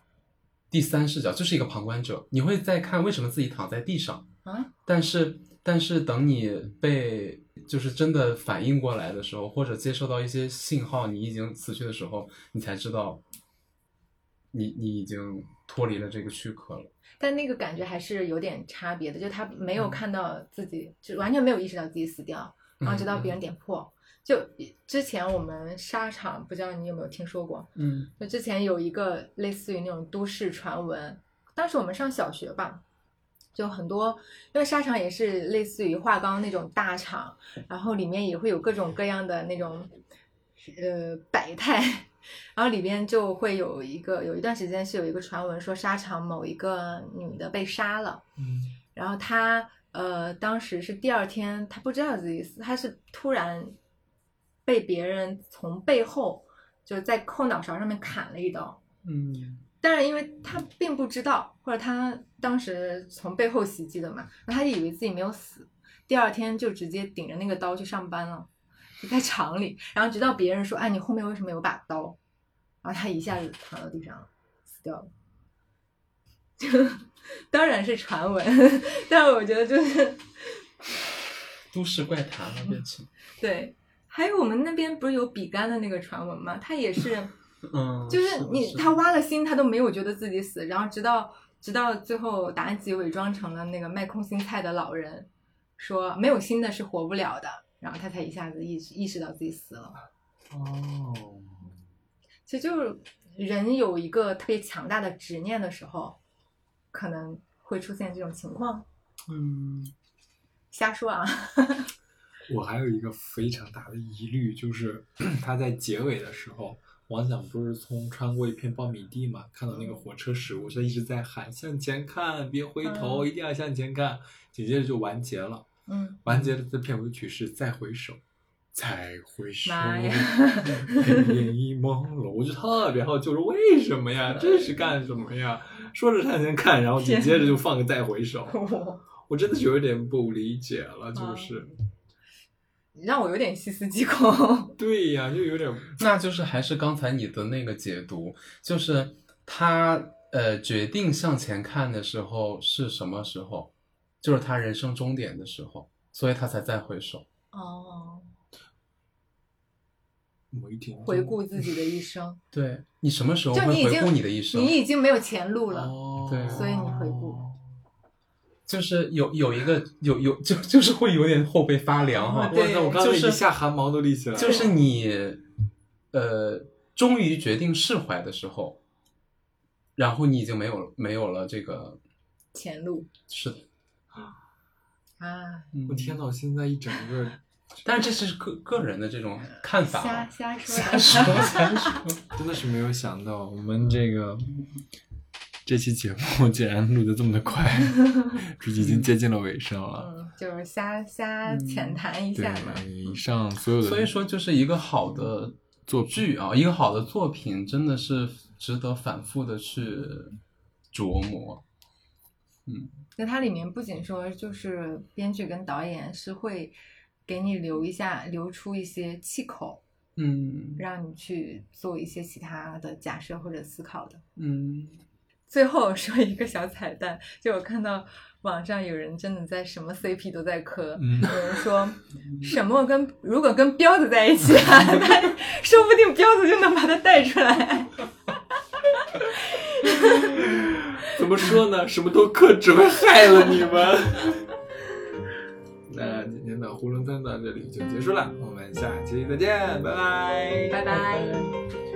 [SPEAKER 3] 第三视角，就是一个旁观者，你会在看为什么自己躺在地上，
[SPEAKER 2] 啊，
[SPEAKER 3] 但是但是等你被就是真的反应过来的时候，或者接受到一些信号，你已经死去的时候，你才知道你你已经脱离了这个躯壳了。
[SPEAKER 2] 但那个感觉还是有点差别的，就他没有看到自己，就完全没有意识到自己死掉，然后直哦
[SPEAKER 3] 嗯
[SPEAKER 2] 到别人点破。就之前我们沙场，不知道你有没有听说过？
[SPEAKER 4] 嗯，
[SPEAKER 2] 就之前有一个类似于那种都市传闻，当时我们上小学吧，就很多，因为沙场也是类似于化钢那种大厂，然后里面也会有各种各样的那种，呃，百态，然后里边就会有一个有一段时间是有一个传闻说沙场某一个女的被杀了，
[SPEAKER 1] 嗯，
[SPEAKER 2] 然后她呃当时是第二天她不知道自己死，她是突然被别人从背后就在后脑勺上面砍了一刀，
[SPEAKER 4] 嗯，
[SPEAKER 2] 但是因为他并不知道，或者他当时从背后袭击的嘛，然后他就以为自己没有死，第二天就直接顶着那个刀去上班了，就在厂里，然后直到别人说：“哎，你后面为什么有把刀？”然后他一下子躺到地上了，死掉了。 当然是传闻， 但我觉得就是
[SPEAKER 3] 都市怪谈了，变成
[SPEAKER 2] 对。还有我们那边不是有比干的那个传闻吗？他也是。
[SPEAKER 3] 嗯，
[SPEAKER 2] 就是你
[SPEAKER 3] 的
[SPEAKER 2] 他挖了心，他都没有觉得自己死，然后直到直到最后，妲己伪装成了那个卖空心菜的老人，说没有心的是活不了的，然后他才一下子意识意识到自己死了。
[SPEAKER 1] 哦，
[SPEAKER 2] 其实就是人有一个特别强大的执念的时候，可能会出现这种情况。
[SPEAKER 4] 嗯，
[SPEAKER 2] 瞎说啊，
[SPEAKER 1] 我还有一个非常大的疑虑，就是 他在结尾的时候，王响不是从穿过一片苞米地嘛，看到那个火车驶过，他一直在喊向前看，别回头，一定要向前看。紧接着就完结了，
[SPEAKER 2] 嗯，
[SPEAKER 1] 完结的这片尾曲是再回首。再回首，
[SPEAKER 2] 妈呀
[SPEAKER 1] 黑夜已朦胧，我就特别好奇，我说为什么呀？这是干什么呀？说着向前看，然后紧接着就放个再回首，我真的是有点不理解了，
[SPEAKER 2] 嗯
[SPEAKER 1] 就是。
[SPEAKER 2] 让我有点细思 极恐。
[SPEAKER 1] 对呀、就有点
[SPEAKER 3] 那就是还是刚才你的那个解读，就是他呃决定向前看的时候是什么时候？就是他人生终点的时候，所以他才再回首。
[SPEAKER 2] 哦，
[SPEAKER 1] 没听懂
[SPEAKER 2] 回顾自己的一生，
[SPEAKER 3] 对你什么时候
[SPEAKER 2] 就
[SPEAKER 3] 会
[SPEAKER 2] 你已
[SPEAKER 3] 回
[SPEAKER 2] 经
[SPEAKER 3] 顾你的一生？
[SPEAKER 2] 你已经没有前路了。
[SPEAKER 1] 哦
[SPEAKER 3] 对
[SPEAKER 2] 所以你回顾
[SPEAKER 3] 就是有有一个有有就就是会有点后背发凉哈、
[SPEAKER 1] 哇
[SPEAKER 2] 对
[SPEAKER 1] 那我刚才
[SPEAKER 3] 就是
[SPEAKER 1] 一下汗毛都立起来了。
[SPEAKER 3] 就是你，呃，终于决定释怀的时候，然后你已经没有没有了这个，
[SPEAKER 5] 前路
[SPEAKER 3] 是的，
[SPEAKER 5] 啊，
[SPEAKER 1] 我天呐，我现在一整个
[SPEAKER 3] 但是这是个个人的这种看法
[SPEAKER 2] 瞎
[SPEAKER 3] 啊，
[SPEAKER 2] 瞎 说
[SPEAKER 3] 瞎
[SPEAKER 2] 的，
[SPEAKER 3] 说瞎 说，
[SPEAKER 1] 真的是没有想到，我们这 个这期节目竟然录得这么的快， 已经接近了尾声了。
[SPEAKER 5] 嗯，就是瞎瞎
[SPEAKER 3] 嗯
[SPEAKER 5] 浅谈嗯一
[SPEAKER 1] 对
[SPEAKER 5] 下嘛，，
[SPEAKER 1] 以上所 有的，
[SPEAKER 3] 所以说就是一个好的
[SPEAKER 1] 作品
[SPEAKER 3] 剧啊，一个好的作品真的是值得反复的去琢磨，
[SPEAKER 2] 那它里面不仅说就是编剧跟导演是会给你留一下留出一些气口，
[SPEAKER 3] 嗯
[SPEAKER 2] 让你去做一些其他的假设或者思考的。
[SPEAKER 3] 嗯，
[SPEAKER 5] 最后说一个小彩蛋，就我看到网上有人真的在什么 CP 都在磕，
[SPEAKER 1] 嗯
[SPEAKER 5] 有人说
[SPEAKER 3] 嗯
[SPEAKER 5] 沈墨跟如果跟彪子在一起啊， 他说不定彪子就能把他带出来。
[SPEAKER 1] 怎么说呢？什么都克，只会害 了你们。那今天的囫囵吞到这里就结束了，我们下期再见，拜拜，
[SPEAKER 5] 拜拜。